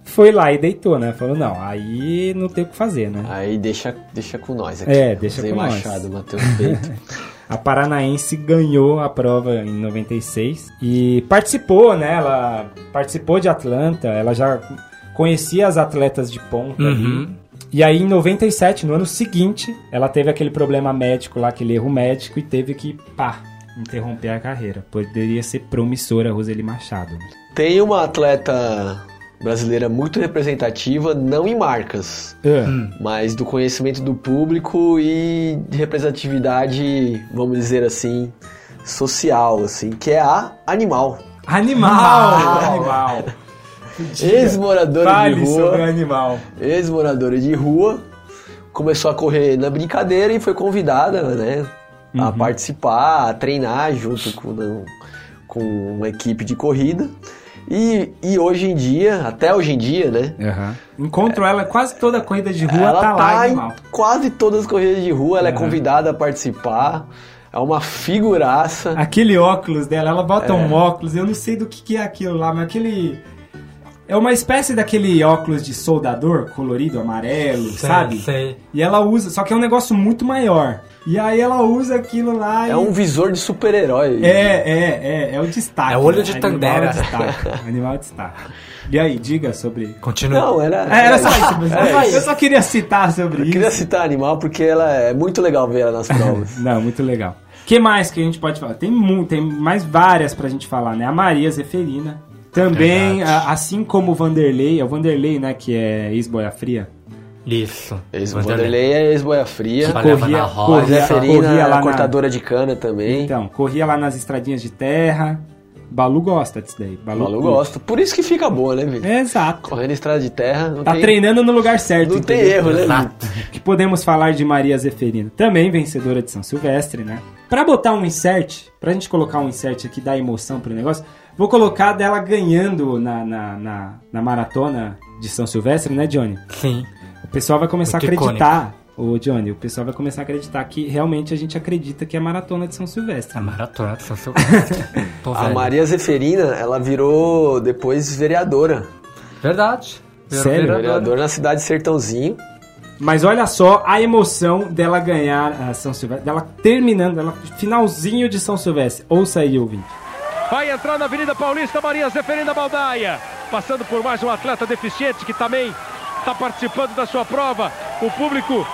Speaker 1: foi lá e deitou, né? Falou, não, aí não tem o que fazer, né?
Speaker 2: Aí deixa, deixa com nós aqui.
Speaker 1: É, deixa
Speaker 2: Zé
Speaker 1: com nós.
Speaker 2: Machado, Matheus Peito.
Speaker 1: A Paranaense ganhou a prova em 96 e participou, né? Ela participou de Atlanta, ela já conhecia as atletas de ponta. ali.
Speaker 3: Uhum.
Speaker 1: E aí, em 97, no ano seguinte, ela teve aquele problema médico lá, aquele erro médico, e teve que, pá, interromper a carreira. Poderia ser promissora, Roseli Machado.
Speaker 2: Tem uma atleta brasileira muito representativa, não em marcas,
Speaker 1: Ah,
Speaker 2: mas do conhecimento do público e de representatividade, vamos dizer assim, social, assim, que é a Animal.
Speaker 1: Animal! Animal!
Speaker 2: Ex-moradora de
Speaker 1: Fale sobre
Speaker 2: rua,
Speaker 1: animal.
Speaker 2: ex-moradora de rua, começou a correr na brincadeira e foi convidada, né, a
Speaker 1: Uhum.
Speaker 2: participar, a treinar junto com, não, com uma equipe de corrida. E, e hoje em dia, até hoje em dia, né,
Speaker 1: Encontro ela quase toda corrida de rua,
Speaker 2: ela
Speaker 1: tá
Speaker 2: tá,
Speaker 1: lá,
Speaker 2: em
Speaker 1: animal.
Speaker 2: quase todas as corridas de rua, ela é
Speaker 1: Uhum.
Speaker 2: convidada a participar, é uma figuraça.
Speaker 1: Aquele óculos dela, ela bota
Speaker 2: É.
Speaker 1: um óculos, eu não sei do que, que é aquilo lá, mas aquele. É uma espécie daquele óculos de soldador colorido, amarelo,
Speaker 3: Sei,
Speaker 1: sabe?
Speaker 3: sei.
Speaker 1: E ela usa, só que é um negócio muito maior. E aí ela usa aquilo lá e.
Speaker 2: É um visor de super-herói.
Speaker 1: É, é, é, é o destaque.
Speaker 3: É o olho de
Speaker 1: Animal
Speaker 3: Tandera.
Speaker 1: destaque, Animal destaque. E aí, diga sobre.
Speaker 3: Continua.
Speaker 2: Não, era.
Speaker 1: É, era só isso, mas
Speaker 3: Era
Speaker 1: eu
Speaker 3: isso.
Speaker 1: só queria citar sobre
Speaker 2: Eu
Speaker 1: isso.
Speaker 2: queria citar animal porque ela é muito legal ver ela nas provas.
Speaker 1: Não, muito legal. que mais que a gente pode falar? Tem, mu- tem mais várias pra gente falar, né? A Maria Zeferina. Também,
Speaker 3: Verdade.
Speaker 1: a- assim como o Vanderlei, é o Vanderlei, né, que é ex-boia fria.
Speaker 3: Isso.
Speaker 2: Ex-Vanderlei é ex-boia fria.
Speaker 3: Que Trabalhava
Speaker 1: corria,
Speaker 3: na roda.
Speaker 2: A
Speaker 1: corria, corria
Speaker 2: Zeferina
Speaker 1: lá
Speaker 2: é
Speaker 1: na-
Speaker 2: cortadora de cana também.
Speaker 1: Então, corria lá nas estradinhas de terra. Balu gosta disso daí.
Speaker 2: O
Speaker 1: Balu,
Speaker 2: Malu
Speaker 1: curte.
Speaker 2: gosta. Por isso que fica boa, né, velho?
Speaker 1: É, exato.
Speaker 2: Correndo em estrada de terra. Não
Speaker 1: Tá
Speaker 2: tem,
Speaker 1: treinando no lugar certo.
Speaker 2: Não tem
Speaker 1: entendeu?
Speaker 2: erro, né?
Speaker 3: Exato.
Speaker 1: que podemos falar de Maria Zeferina, também vencedora de São Silvestre, né? Pra botar um insert, pra gente colocar um insert aqui, dar emoção pro negócio, vou colocar dela ganhando na, na, na, na maratona de São Silvestre, né, Johnny?
Speaker 3: Sim.
Speaker 1: O pessoal vai começar
Speaker 3: Muito
Speaker 1: a acreditar, ô Johnny, o pessoal vai começar a acreditar que realmente a gente acredita que é a maratona de São Silvestre.
Speaker 3: A maratona de São Silvio. Tô
Speaker 2: A
Speaker 3: velho.
Speaker 2: Maria Zeferina, ela virou depois vereadora.
Speaker 3: Verdade. Virou
Speaker 1: Sério?
Speaker 2: Vereadora na cidade de Sertãozinho.
Speaker 1: Mas olha só a emoção dela ganhar a São Silvestre, dela terminando, dela finalzinho de São Silvestre. Ouça aí, ouvinte.
Speaker 4: Vai entrar na Avenida Paulista Maria Zeferina Baldaia. Passando por mais um atleta deficiente que também está participando da sua prova. O público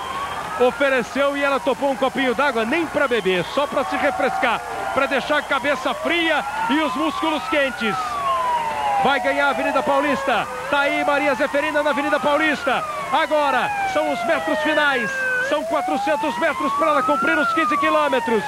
Speaker 4: ofereceu e ela topou um copinho d'água, nem para beber, só para se refrescar, para deixar a cabeça fria e os músculos quentes. Vai ganhar a Avenida Paulista. Tá aí Maria Zeferina na Avenida Paulista. Agora são os metros finais. São 400 metros para ela cumprir os 15 quilômetros.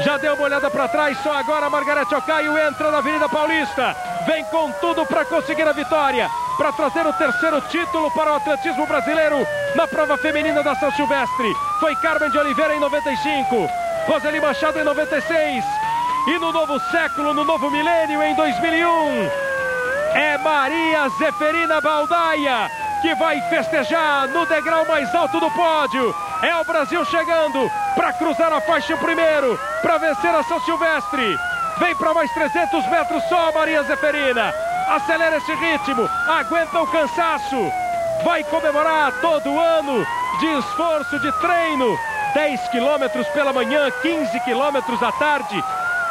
Speaker 4: Já deu uma olhada para trás, só agora a Margarete Ocaio entra na Avenida Paulista. Vem com tudo para conseguir a vitória, para trazer o terceiro título para o atletismo brasileiro na prova feminina da São Silvestre. Foi Carmen de Oliveira em 95, Roseli Machado em 96 e no novo século, no novo milênio em 2001 é Maria Zeferina Baldaia que vai festejar no degrau mais alto do pódio. É o Brasil chegando para cruzar a faixa em primeiro, para vencer a São Silvestre. Vem para mais 300 metros só, Maria Zeferina. Acelera esse ritmo, aguenta o cansaço. Vai comemorar todo ano de esforço, de treino. 10 quilômetros pela manhã, 15 quilômetros à tarde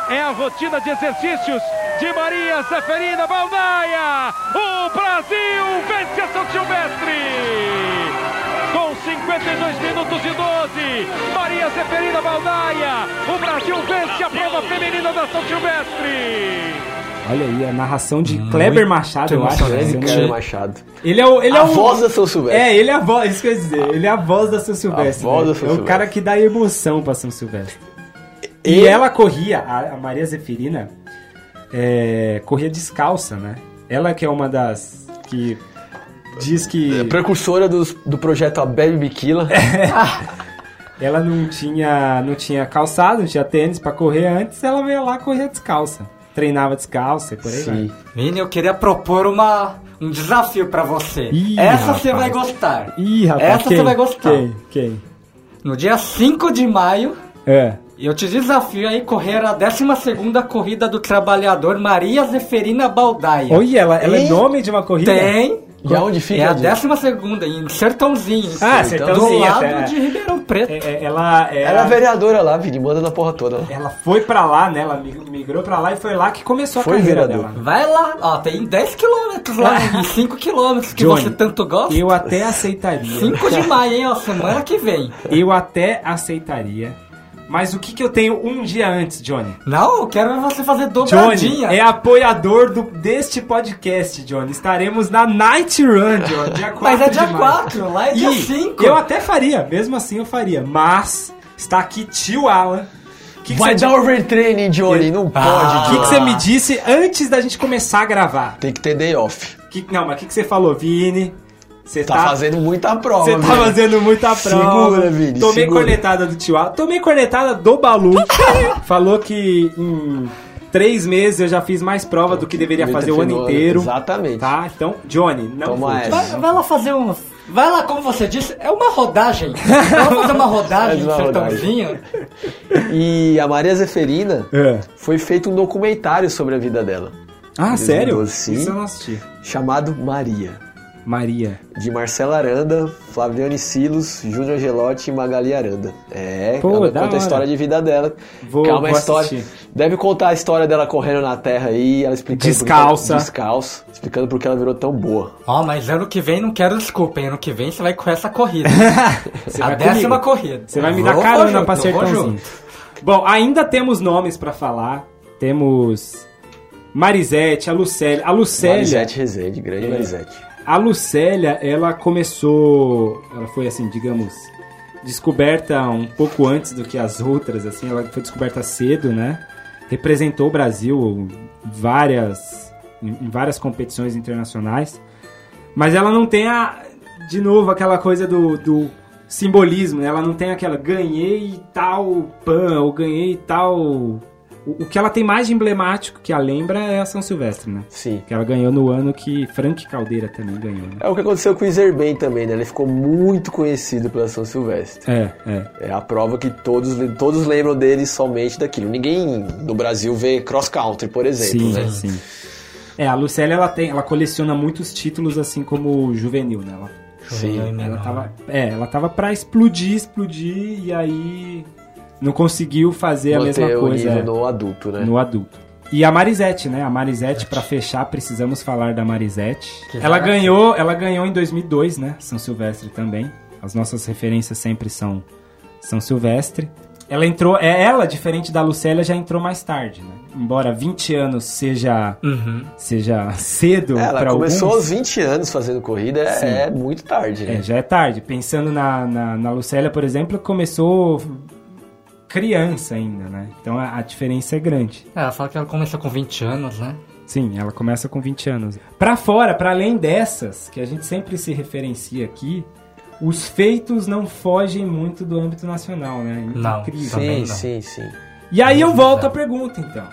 Speaker 4: é a rotina de exercícios de Maria Zeferina Baldaia. O Brasil vence a São Silvestre. Com 52 minutos e 12, Maria Zeferina Baldaia. O Brasil vence a prova feminina da São Silvestre.
Speaker 1: Olha aí, a narração de Kleber Machado, eu acho.
Speaker 3: emocionante,
Speaker 1: se eu não me
Speaker 2: Cleber
Speaker 1: engano.
Speaker 2: Machado.
Speaker 1: Ele é o. Ele
Speaker 2: a
Speaker 1: é o,
Speaker 2: voz da São Silvestre.
Speaker 1: É, ele é a voz, isso que eu ia dizer. Ele é a voz da São Silvestre.
Speaker 2: A voz
Speaker 1: né?
Speaker 2: da São
Speaker 1: é o
Speaker 2: Silvestre.
Speaker 1: cara que dá emoção pra São Silvestre. E,
Speaker 2: E-
Speaker 1: ela corria, a, a Maria Zeferina, é, corria descalça, né? Ela que é uma das que diz
Speaker 2: É,
Speaker 1: que
Speaker 2: Precursora dos- do projeto A Bebe Biquila.
Speaker 1: É. ela não tinha, não tinha calçado, não tinha tênis pra correr antes, ela veio lá correr descalça. Treinava descalça e por aí vai.
Speaker 3: Vini, eu queria propor uma, um desafio pra você.
Speaker 1: Ih,
Speaker 3: Essa você
Speaker 1: rapaz.
Speaker 3: vai gostar.
Speaker 1: Ih, rapaz,
Speaker 3: Essa
Speaker 1: quem?
Speaker 3: você vai gostar.
Speaker 1: Quem? Quem?
Speaker 3: No dia 5 de maio,
Speaker 1: É.
Speaker 3: eu te desafio aí correr a 12ª corrida do trabalhador Maria Zeferina Baldaia.
Speaker 1: Olha, ela, ela é
Speaker 3: E
Speaker 1: nome de uma corrida?
Speaker 3: Tem
Speaker 2: E aonde fica?
Speaker 3: É a
Speaker 2: Di?
Speaker 3: décima segunda em Sertãozinho.
Speaker 1: Ah, Sertãozinho,
Speaker 3: Do lado
Speaker 1: até, é.
Speaker 3: de Ribeirão Preto.
Speaker 1: É, é, ela, é,
Speaker 2: Ela é vereadora lá, Vini, manda na porra toda. lá.
Speaker 1: ela foi pra lá, né? Ela mig- migrou pra lá e foi lá que começou a
Speaker 2: Foi
Speaker 1: carreira
Speaker 2: vereador.
Speaker 1: dela.
Speaker 3: Vai lá, ó, tem 10 quilômetros lá, e 5 quilômetros que
Speaker 1: Johnny,
Speaker 3: você tanto gosta.
Speaker 1: Eu até aceitaria.
Speaker 3: 5 de maio, hein, ó, semana que vem.
Speaker 1: Eu até aceitaria. Mas o que, que eu tenho um dia antes, Johnny?
Speaker 3: Não, eu quero ver você fazer
Speaker 1: Johnny
Speaker 3: dobradinha.
Speaker 1: é apoiador do, deste podcast, Johnny. Estaremos na Night Run, Johnny, dia 4
Speaker 3: Mas é dia
Speaker 1: de maio.
Speaker 3: 4, lá é dia
Speaker 1: E
Speaker 3: 5.
Speaker 1: Eu até faria, mesmo assim eu faria. Mas está aqui tio Alan. Que que
Speaker 2: Vai
Speaker 1: você
Speaker 2: dar overtraining, Johnny, não
Speaker 3: Ah.
Speaker 1: O
Speaker 2: pode,
Speaker 1: que, que
Speaker 2: Johnny.
Speaker 1: você me disse antes da gente começar a gravar?
Speaker 2: Tem que ter day off.
Speaker 1: Que- não, mas o que, que você falou, Vini? Você
Speaker 2: Tá,
Speaker 1: tá,
Speaker 2: fazendo muita prova,
Speaker 1: Você tá
Speaker 2: Vini.
Speaker 1: fazendo muita prova.
Speaker 2: Segura, Vini,
Speaker 1: Tomei
Speaker 2: segura.
Speaker 1: cornetada do tio Alan. Tomei cornetada do Balu. falou que em três meses eu já fiz mais prova do que deveria
Speaker 2: Muita
Speaker 1: fazer o ano
Speaker 2: finura,
Speaker 1: inteiro.
Speaker 2: Exatamente.
Speaker 1: Tá? Então, Johnny, não
Speaker 2: Toma
Speaker 1: fude.
Speaker 2: essa.
Speaker 3: Vai, vai lá fazer um. Vai lá, como você disse, é uma rodagem. Vai lá fazer É uma rodagem
Speaker 2: Faz
Speaker 3: em
Speaker 2: uma
Speaker 3: Sertãozinho.
Speaker 2: E a Maria Zeferina
Speaker 1: É.
Speaker 2: foi feito um documentário sobre a vida dela,
Speaker 1: Ah, sério?
Speaker 2: Sim.
Speaker 1: Isso eu não assisti.
Speaker 2: chamado Maria.
Speaker 1: Maria.
Speaker 2: De Marcela Aranda, Flaviane Silos, Júnior Gelotti e Magali Aranda. É,
Speaker 1: Pô,
Speaker 2: ela
Speaker 1: da
Speaker 2: conta
Speaker 1: hora.
Speaker 2: a história de vida dela.
Speaker 1: Vou-
Speaker 2: que é uma
Speaker 1: vou
Speaker 2: história.
Speaker 1: assistir.
Speaker 2: Deve contar a história dela correndo na terra aí, ela explicando. por que-
Speaker 1: Descalça.
Speaker 2: descalça, explicando por que ela virou tão boa.
Speaker 3: Ó, mas ano que vem não quero desculpa, hein? Ano que vem você vai com essa corrida.
Speaker 1: Você
Speaker 3: a
Speaker 1: vai
Speaker 3: décima
Speaker 1: comigo.
Speaker 3: corrida.
Speaker 1: Você vai me
Speaker 3: Eu
Speaker 1: dar
Speaker 3: vou
Speaker 1: carona
Speaker 3: junto,
Speaker 1: pra
Speaker 3: eu vou
Speaker 1: sertãozinho.
Speaker 3: junto.
Speaker 1: Bom, ainda temos nomes pra falar. Temos Marisete, a Lucélia. A Lucélia,
Speaker 2: Marisete Rezende,
Speaker 1: É.
Speaker 2: grande Marisete.
Speaker 1: a Lucélia, ela começou, ela foi assim, digamos, descoberta um pouco antes do que as outras, assim, ela foi descoberta cedo, né? Representou o Brasil em várias em em várias competições internacionais. Mas ela não tem a de novo aquela coisa do, do simbolismo, né? Ela não tem aquela ganhei tal pan ou ganhei tal o, o que ela tem mais de emblemático que a lembra é a São Silvestre, né?
Speaker 2: Sim.
Speaker 1: Que ela ganhou no ano que Frank Caldeira também ganhou. Né?
Speaker 2: É o que aconteceu com o Iserben também, né? Ele ficou muito conhecido pela São Silvestre.
Speaker 1: É, é.
Speaker 2: É a prova que todos, todos lembram dele somente daquilo. Ninguém no Brasil vê cross-country, por exemplo,
Speaker 1: Sim,
Speaker 2: né?
Speaker 1: sim. É, a Lucélia, ela tem, ela coleciona muitos títulos assim como o juvenil, né? Ela,
Speaker 3: Sim,
Speaker 2: Sim,
Speaker 1: ela tava, é, ela tava para explodir, explodir e aí não conseguiu fazer
Speaker 2: Manter
Speaker 1: a mesma
Speaker 2: o
Speaker 1: coisa
Speaker 2: nível
Speaker 1: é, no...
Speaker 2: no adulto, né?
Speaker 1: adulto. E a Marisette, né? A Marisette para fechar, precisamos falar da Marisette.
Speaker 3: Que
Speaker 1: ela
Speaker 3: graça.
Speaker 1: ganhou, ela ganhou em 2002, né? São Silvestre também. As nossas referências sempre são São Silvestre. Ela entrou, é ela diferente da Lucélia já entrou mais tarde, né? Embora 20 anos seja
Speaker 3: Uhum.
Speaker 1: seja cedo
Speaker 2: É, Ela
Speaker 1: para alguns.
Speaker 2: começou aos 20 anos fazendo corrida,
Speaker 1: Sim.
Speaker 2: é, é muito tarde, né?
Speaker 1: É, já é tarde. Pensando na, na, na Lucélia, por exemplo, começou criança ainda, né? Então a, a diferença é grande.
Speaker 3: Ela fala que ela começou com 20 anos, né?
Speaker 1: Sim, ela começa com 20 anos. Pra fora, pra além dessas, que a gente sempre se referencia aqui, os feitos não fogem muito do âmbito nacional, né?
Speaker 3: Não,
Speaker 1: Incrível.
Speaker 3: também.
Speaker 2: Sim, sim,
Speaker 3: não.
Speaker 2: sim.
Speaker 1: E aí eu volto à pergunta, então.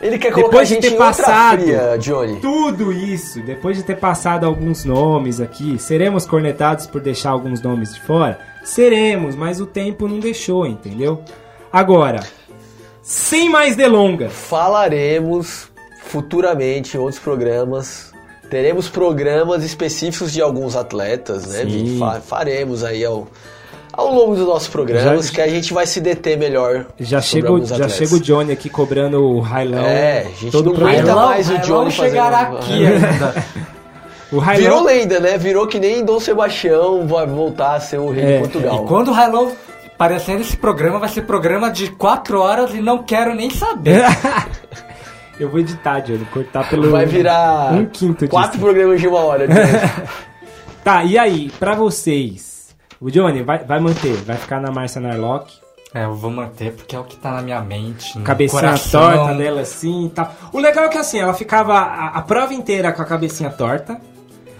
Speaker 2: Ele quer colocar a
Speaker 1: Depois de
Speaker 2: gente
Speaker 1: ter
Speaker 2: em outra
Speaker 1: passado
Speaker 2: fria, Johnny.
Speaker 1: tudo isso, depois de ter passado alguns nomes aqui, seremos cornetados por deixar alguns nomes de fora? Seremos, mas o tempo não deixou, entendeu? Agora, sem mais delongas,
Speaker 2: Falaremos futuramente em outros programas. Teremos programas específicos de alguns atletas, né?
Speaker 1: Sim.
Speaker 2: Fa- faremos aí ao, ao longo dos nossos programas,
Speaker 1: Já-
Speaker 2: que a gente vai se deter melhor.
Speaker 1: já
Speaker 2: sobre
Speaker 1: chega, o-
Speaker 2: alguns
Speaker 1: já
Speaker 2: atletas.
Speaker 1: chega o Johnny aqui cobrando o Railão.
Speaker 2: É, a gente
Speaker 1: todo
Speaker 2: não
Speaker 1: programa.
Speaker 2: aguenta
Speaker 3: Railão-
Speaker 2: mais o
Speaker 3: Railão
Speaker 2: Johnny
Speaker 3: chegará
Speaker 2: fazendo-
Speaker 3: aqui ainda.
Speaker 1: O
Speaker 2: Virou
Speaker 1: Railão,
Speaker 2: lenda, né? Virou que nem Dom Sebastião vai voltar a ser o rei
Speaker 1: É,
Speaker 2: de Portugal.
Speaker 3: E quando o Railão aparecer nesse programa, vai ser programa de 4 horas e não quero nem saber.
Speaker 1: eu vou editar, Johnny, cortar pelo
Speaker 2: Vai virar
Speaker 1: um quinto disso.
Speaker 2: quatro programas de uma hora. né? Johnny.
Speaker 1: Tá, e aí, pra vocês? O Johnny vai, vai manter, vai ficar na Marcia Narlock.
Speaker 3: É, eu vou manter porque é o que tá na minha mente. no
Speaker 1: Hum, Cabecinha
Speaker 3: coração.
Speaker 1: torta dela assim e tal. O legal é que assim, ela ficava a, a prova inteira com a cabecinha torta.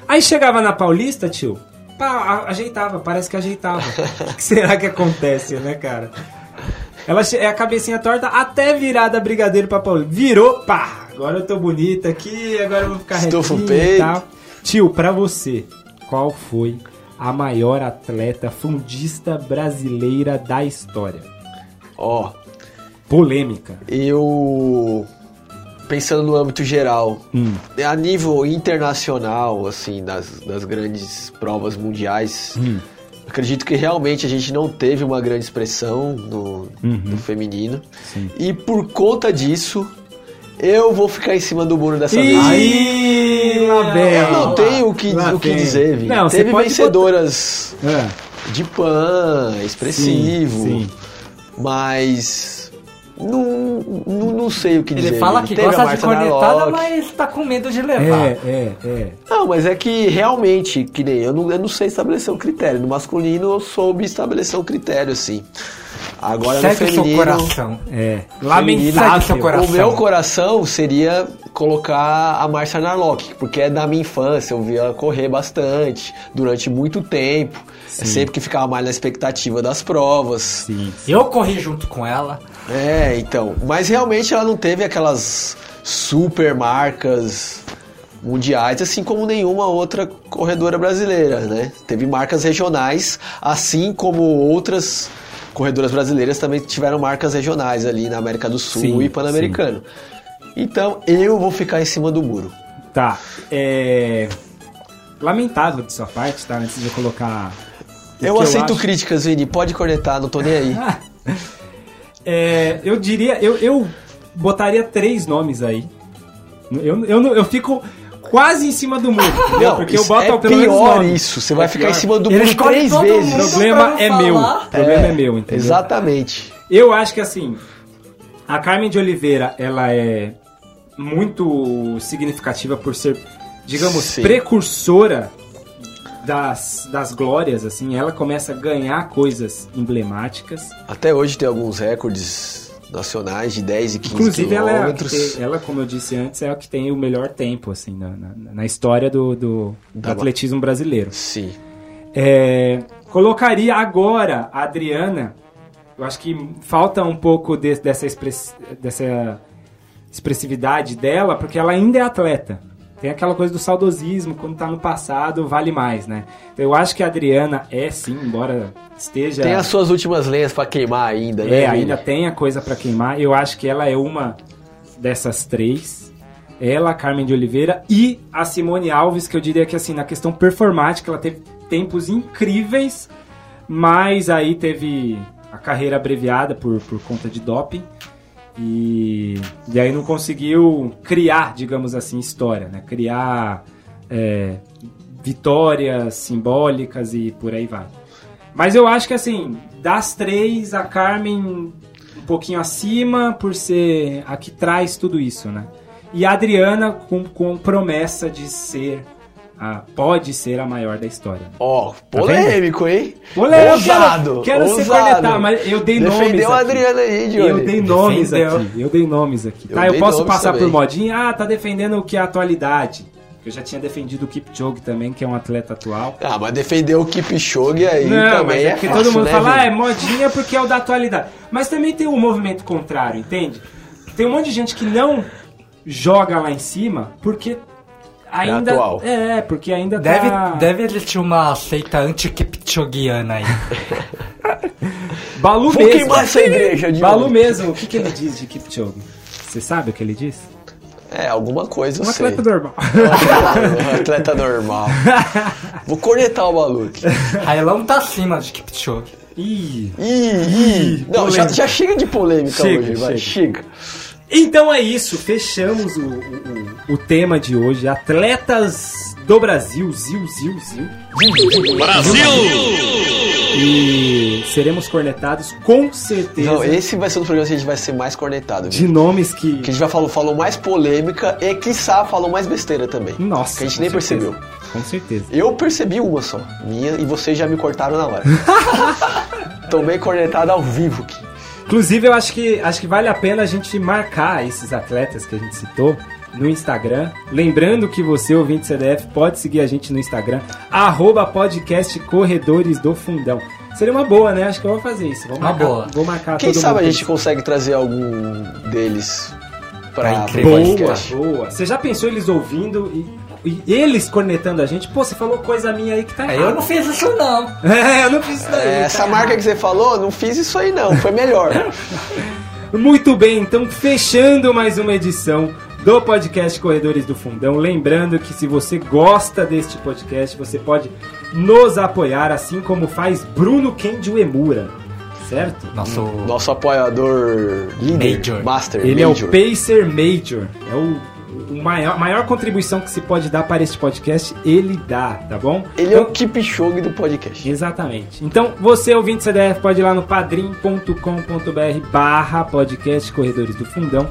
Speaker 1: Aí chegava na Paulista, tio, pá, a- ajeitava, parece que ajeitava. O que, que será que acontece, né, cara? Ela che- é a cabecinha torta até virar da Brigadeiro pra Paulista. Virou, pá! Agora eu tô bonita aqui, agora eu vou ficar
Speaker 2: Estufa o
Speaker 1: retinha e
Speaker 2: peito.
Speaker 1: tal. Tio, pra você, qual foi a maior atleta fundista brasileira da história?
Speaker 2: Ó,
Speaker 1: Polêmica.
Speaker 2: eu pensando no âmbito geral,
Speaker 1: Hum.
Speaker 2: a nível internacional, assim, das, das grandes provas mundiais,
Speaker 1: Hum.
Speaker 2: acredito que realmente a gente não teve uma grande expressão no,
Speaker 1: Uhum.
Speaker 2: no feminino. E por conta disso, eu vou ficar em cima do muro dessa vez.
Speaker 1: Ih, Label.
Speaker 2: Eu não tenho o que,
Speaker 1: lá
Speaker 2: o que
Speaker 1: vem.
Speaker 2: dizer, Vi.
Speaker 1: Não, você
Speaker 2: Teve
Speaker 1: pode
Speaker 2: vencedoras
Speaker 1: É,
Speaker 2: de pan, expressivo,
Speaker 1: sim.
Speaker 2: mas não, não, não sei o que dizer.
Speaker 3: Ele fala
Speaker 2: Vi.
Speaker 3: que
Speaker 2: Teve a
Speaker 3: gosta de
Speaker 2: Marta
Speaker 3: cornetada,
Speaker 2: Nalock.
Speaker 3: mas tá com medo de
Speaker 1: é,
Speaker 3: levar.
Speaker 1: é, é.
Speaker 2: Não, mas é que realmente, que nem eu não, eu não sei estabelecer um critério. No masculino eu soube estabelecer um critério, assim. Agora
Speaker 3: Segue
Speaker 2: no
Speaker 3: o seu
Speaker 2: feminino...
Speaker 3: coração.
Speaker 1: É.
Speaker 3: Segue o seu
Speaker 1: Lamentável.
Speaker 3: coração.
Speaker 2: O meu coração seria colocar a Marcia Narlock, porque é da minha infância, eu via ela correr bastante, durante muito tempo. É sempre que ficava mais na expectativa das provas.
Speaker 1: Sim.
Speaker 3: Eu corri junto com ela.
Speaker 2: É, então. Mas realmente ela não teve aquelas super marcas mundiais, assim como nenhuma outra corredora brasileira, né? Teve marcas regionais, assim como outras corredoras brasileiras também tiveram marcas regionais ali na América do Sul
Speaker 1: Sim,
Speaker 2: e Pan-Americano. Então eu vou ficar em cima do muro.
Speaker 1: Tá. É. Lamentável de sua parte, tá? Antes de eu colocar. o
Speaker 2: Eu
Speaker 1: que
Speaker 2: aceito
Speaker 1: acho.
Speaker 2: críticas, Vini. Pode cornetar, não tô nem aí.
Speaker 1: É, eu diria, eu, eu botaria três nomes aí. Eu, eu, não- eu fico quase em cima do muro, entendeu?
Speaker 2: Não,
Speaker 1: Porque eu
Speaker 2: isso
Speaker 1: boto
Speaker 2: é
Speaker 1: pelo menos
Speaker 2: pior
Speaker 1: nome.
Speaker 2: isso. Você vai
Speaker 1: É
Speaker 2: ficar em
Speaker 1: pior.
Speaker 2: cima do
Speaker 3: Ele
Speaker 2: muro
Speaker 3: escolhe
Speaker 2: três
Speaker 3: todo
Speaker 2: vezes.
Speaker 1: O
Speaker 3: mundo.
Speaker 1: problema
Speaker 3: pra
Speaker 1: é
Speaker 3: não
Speaker 1: meu.
Speaker 3: falar.
Speaker 1: O problema é, meu, entendeu?
Speaker 2: Exatamente.
Speaker 1: Eu acho que assim, a Carmen de Oliveira, ela é muito significativa por ser, digamos,
Speaker 2: Sim.
Speaker 1: precursora das, das glórias, assim. Ela começa a ganhar coisas emblemáticas.
Speaker 2: Até hoje tem alguns recordes nacionais de 10 e 15
Speaker 1: Inclusive, ela, é a que
Speaker 2: quilômetros.
Speaker 1: tem- ela, como eu disse antes, é a que tem o melhor tempo, assim, na, na- na história do, do- do
Speaker 2: Tá bom.
Speaker 1: atletismo brasileiro.
Speaker 2: Sim.
Speaker 1: É, colocaria agora a Adriana. Eu acho que falta um pouco de- dessa, express- dessa expressividade dela, porque ela ainda é atleta. Tem aquela coisa do saudosismo, quando tá no passado, vale mais, né? Então, eu acho que a Adriana é sim, embora esteja.
Speaker 2: Tem as suas últimas lenhas pra queimar ainda, né?
Speaker 1: É,
Speaker 2: Vini?
Speaker 1: ainda tem a coisa pra queimar. Eu acho que ela é uma dessas três. Ela, a Carmen de Oliveira e a Simone Alves, que eu diria que assim, na questão performática, ela teve tempos incríveis, mas aí teve a carreira abreviada por, por conta de doping. E, e aí não conseguiu criar, digamos assim, história, né? Criar é, vitórias simbólicas e por aí vai. Mas eu acho que assim, das três, a Carmen um pouquinho acima, por ser a que traz tudo isso, né? E a Adriana com, com promessa de ser. A, pode ser a maior da história.
Speaker 2: Ó, polêmico, hein?
Speaker 1: Tá Polêmico,
Speaker 2: Ousado,
Speaker 1: quero- quero ser
Speaker 2: ousado.
Speaker 1: cornetado, mas eu dei nomes
Speaker 2: Defendeu a
Speaker 1: aqui.
Speaker 2: Adriana aí, Johnny.
Speaker 1: Eu dei nomes
Speaker 3: Defendeu.
Speaker 1: aqui. Eu dei nomes aqui.
Speaker 2: Eu
Speaker 1: Tá, eu,
Speaker 2: dei
Speaker 1: posso
Speaker 2: nomes
Speaker 1: passar
Speaker 2: também.
Speaker 1: por modinha. Ah, tá defendendo o que é a atualidade. Eu já tinha defendido o Kipchoge também, que é um atleta atual.
Speaker 2: Ah, mas defender o Kipchoge aí
Speaker 1: Não, mas
Speaker 2: também
Speaker 1: é
Speaker 2: é
Speaker 1: porque
Speaker 2: fácil,
Speaker 1: todo mundo
Speaker 2: né,
Speaker 1: fala, ah, é
Speaker 2: Vini?
Speaker 1: modinha porque é o da atualidade. Mas também tem um movimento contrário, entende? Tem um monte de gente que não joga lá em cima porque ainda.
Speaker 2: atual.
Speaker 1: É, porque ainda
Speaker 3: Deve,
Speaker 1: tá.
Speaker 3: deve existir uma seita anti-Kipchogiana aí.
Speaker 1: Balu
Speaker 2: Vou
Speaker 1: mesmo.
Speaker 2: queimar essa igreja, Johnny.
Speaker 1: Balu mesmo. O que, que ele diz de Kipchoge? Você sabe o que ele diz?
Speaker 2: É, alguma coisa eu
Speaker 1: Um
Speaker 2: sei.
Speaker 1: atleta normal.
Speaker 2: normal. um atleta normal. Vou cornetar o Maluque.
Speaker 3: Railão tá acima de Kipchoge.
Speaker 1: Ih.
Speaker 2: Ih, ih. Não, já,
Speaker 1: polêmica.
Speaker 2: já chega de polêmica
Speaker 1: Chega,
Speaker 2: hoje, vai. Chega.
Speaker 1: Então é isso, fechamos o, o, o- o tema de hoje. Atletas do Brasil, Zil, Zil, Zil. Brasil! E seremos cornetados com certeza
Speaker 2: Não, esse vai ser um dos programas que a gente vai ser mais cornetado.
Speaker 1: de nomes que.
Speaker 2: Que a gente vai falar, falou mais polêmica e, quiçá, falou mais besteira também.
Speaker 1: Nossa.
Speaker 2: Que a gente
Speaker 1: com
Speaker 2: nem
Speaker 1: certeza.
Speaker 2: percebeu.
Speaker 1: Com certeza.
Speaker 2: Eu percebi uma só, minha, e vocês já me cortaram na hora. Tomei cornetada ao vivo aqui.
Speaker 1: Inclusive, eu acho que, acho que vale a pena a gente marcar esses atletas que a gente citou no Instagram. Lembrando que você, ouvinte CDF, pode seguir a gente no Instagram, arroba podcast Corredores do Fundão. Seria uma boa, né? Acho que eu vou fazer isso. Vou
Speaker 3: Uma
Speaker 1: marcar,
Speaker 3: boa.
Speaker 1: Vou marcar
Speaker 2: Quem
Speaker 1: Tá todo
Speaker 2: sabe a
Speaker 1: mundo.
Speaker 2: gente consegue trazer algum deles pra,
Speaker 3: Tá
Speaker 2: pro
Speaker 3: incrível.
Speaker 1: Boa,
Speaker 2: podcast.
Speaker 1: boa. Você já pensou eles ouvindo e, e eles cornetando a gente? Pô, você falou coisa minha aí que tá
Speaker 3: Eu não
Speaker 1: errada.
Speaker 3: fiz isso não.
Speaker 1: É, eu não fiz isso daí.
Speaker 2: É,
Speaker 1: tá
Speaker 2: essa
Speaker 1: errado.
Speaker 2: marca que você falou, não fiz isso aí não, foi melhor.
Speaker 1: Muito bem, então fechando mais uma edição do podcast Corredores do Fundão. Lembrando que se você gosta deste podcast, você pode nos apoiar, assim como faz Bruno Kendi Uemura, certo?
Speaker 3: Nosso.
Speaker 2: Nosso apoiador líder,
Speaker 3: Major.
Speaker 2: master,
Speaker 1: Ele
Speaker 2: major.
Speaker 1: é o Pacer Major. É o, o maior, maior contribuição que se pode dar para este podcast, ele dá, tá bom?
Speaker 2: Ele é o Kipchoge do podcast.
Speaker 1: Exatamente. Então, você ouvinte CDF pode ir lá no padrim.com.br barra podcast Corredores do Fundão.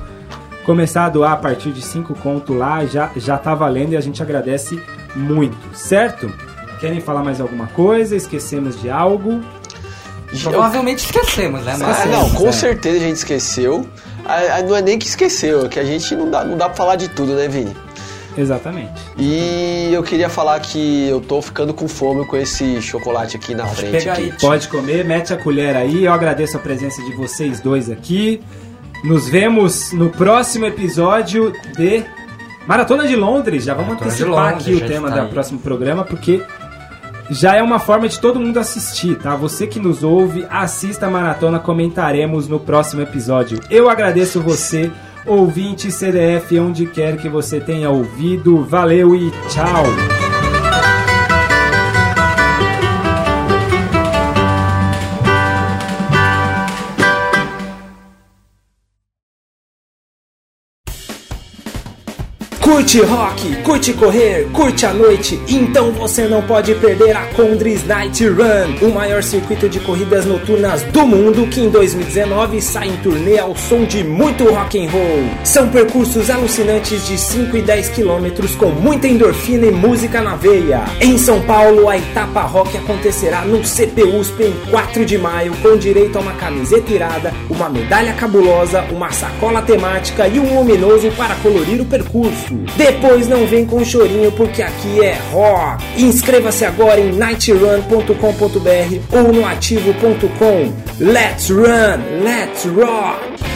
Speaker 1: Começar a doar a partir de 5 conto lá, já, já tá valendo e a gente agradece muito, certo? Querem falar mais alguma coisa? Esquecemos de algo?
Speaker 3: Provavelmente esquecemos, né?
Speaker 2: Ah, não,
Speaker 3: Esquecemos,
Speaker 2: com
Speaker 3: né?
Speaker 2: certeza a gente esqueceu. Ah, ah, não é nem que esqueceu, é que a gente não dá, não dá pra falar de tudo, né, Vini?
Speaker 1: Exatamente.
Speaker 2: E eu queria falar que eu tô ficando com fome com esse chocolate aqui na frente.
Speaker 3: pega
Speaker 2: aqui.
Speaker 3: aí.
Speaker 1: Pode comer, mete a colher aí. Eu agradeço a presença de vocês dois aqui. Nos vemos no próximo episódio de Maratona de Londres. Já vamos
Speaker 3: Maratona de
Speaker 1: antecipar
Speaker 3: Londres,
Speaker 1: aqui o
Speaker 3: já
Speaker 1: tema
Speaker 3: está
Speaker 1: do
Speaker 3: aí.
Speaker 1: próximo programa, porque já é uma forma de todo mundo assistir, tá? Você que nos ouve, assista a maratona, comentaremos no próximo episódio. Eu agradeço você, ouvinte CDF, onde quer que você tenha ouvido. Valeu e tchau! Curte rock, curte correr, curte a noite, então você não pode perder a Condris Night Run, o maior circuito de corridas noturnas do mundo que em 2019 sai em turnê ao som de muito rock and roll. São percursos alucinantes de 5 e 10 quilômetros com muita endorfina e música na veia. Em São Paulo, a etapa rock acontecerá no CPUSP em 4 de maio com direito a uma camiseta irada, uma medalha cabulosa, uma sacola temática e um luminoso para colorir o percurso. Depois não vem com chorinho porque aqui é rock. Inscreva-se agora em nightrun.com.br ou no ativo.com. Let's run, let's rock.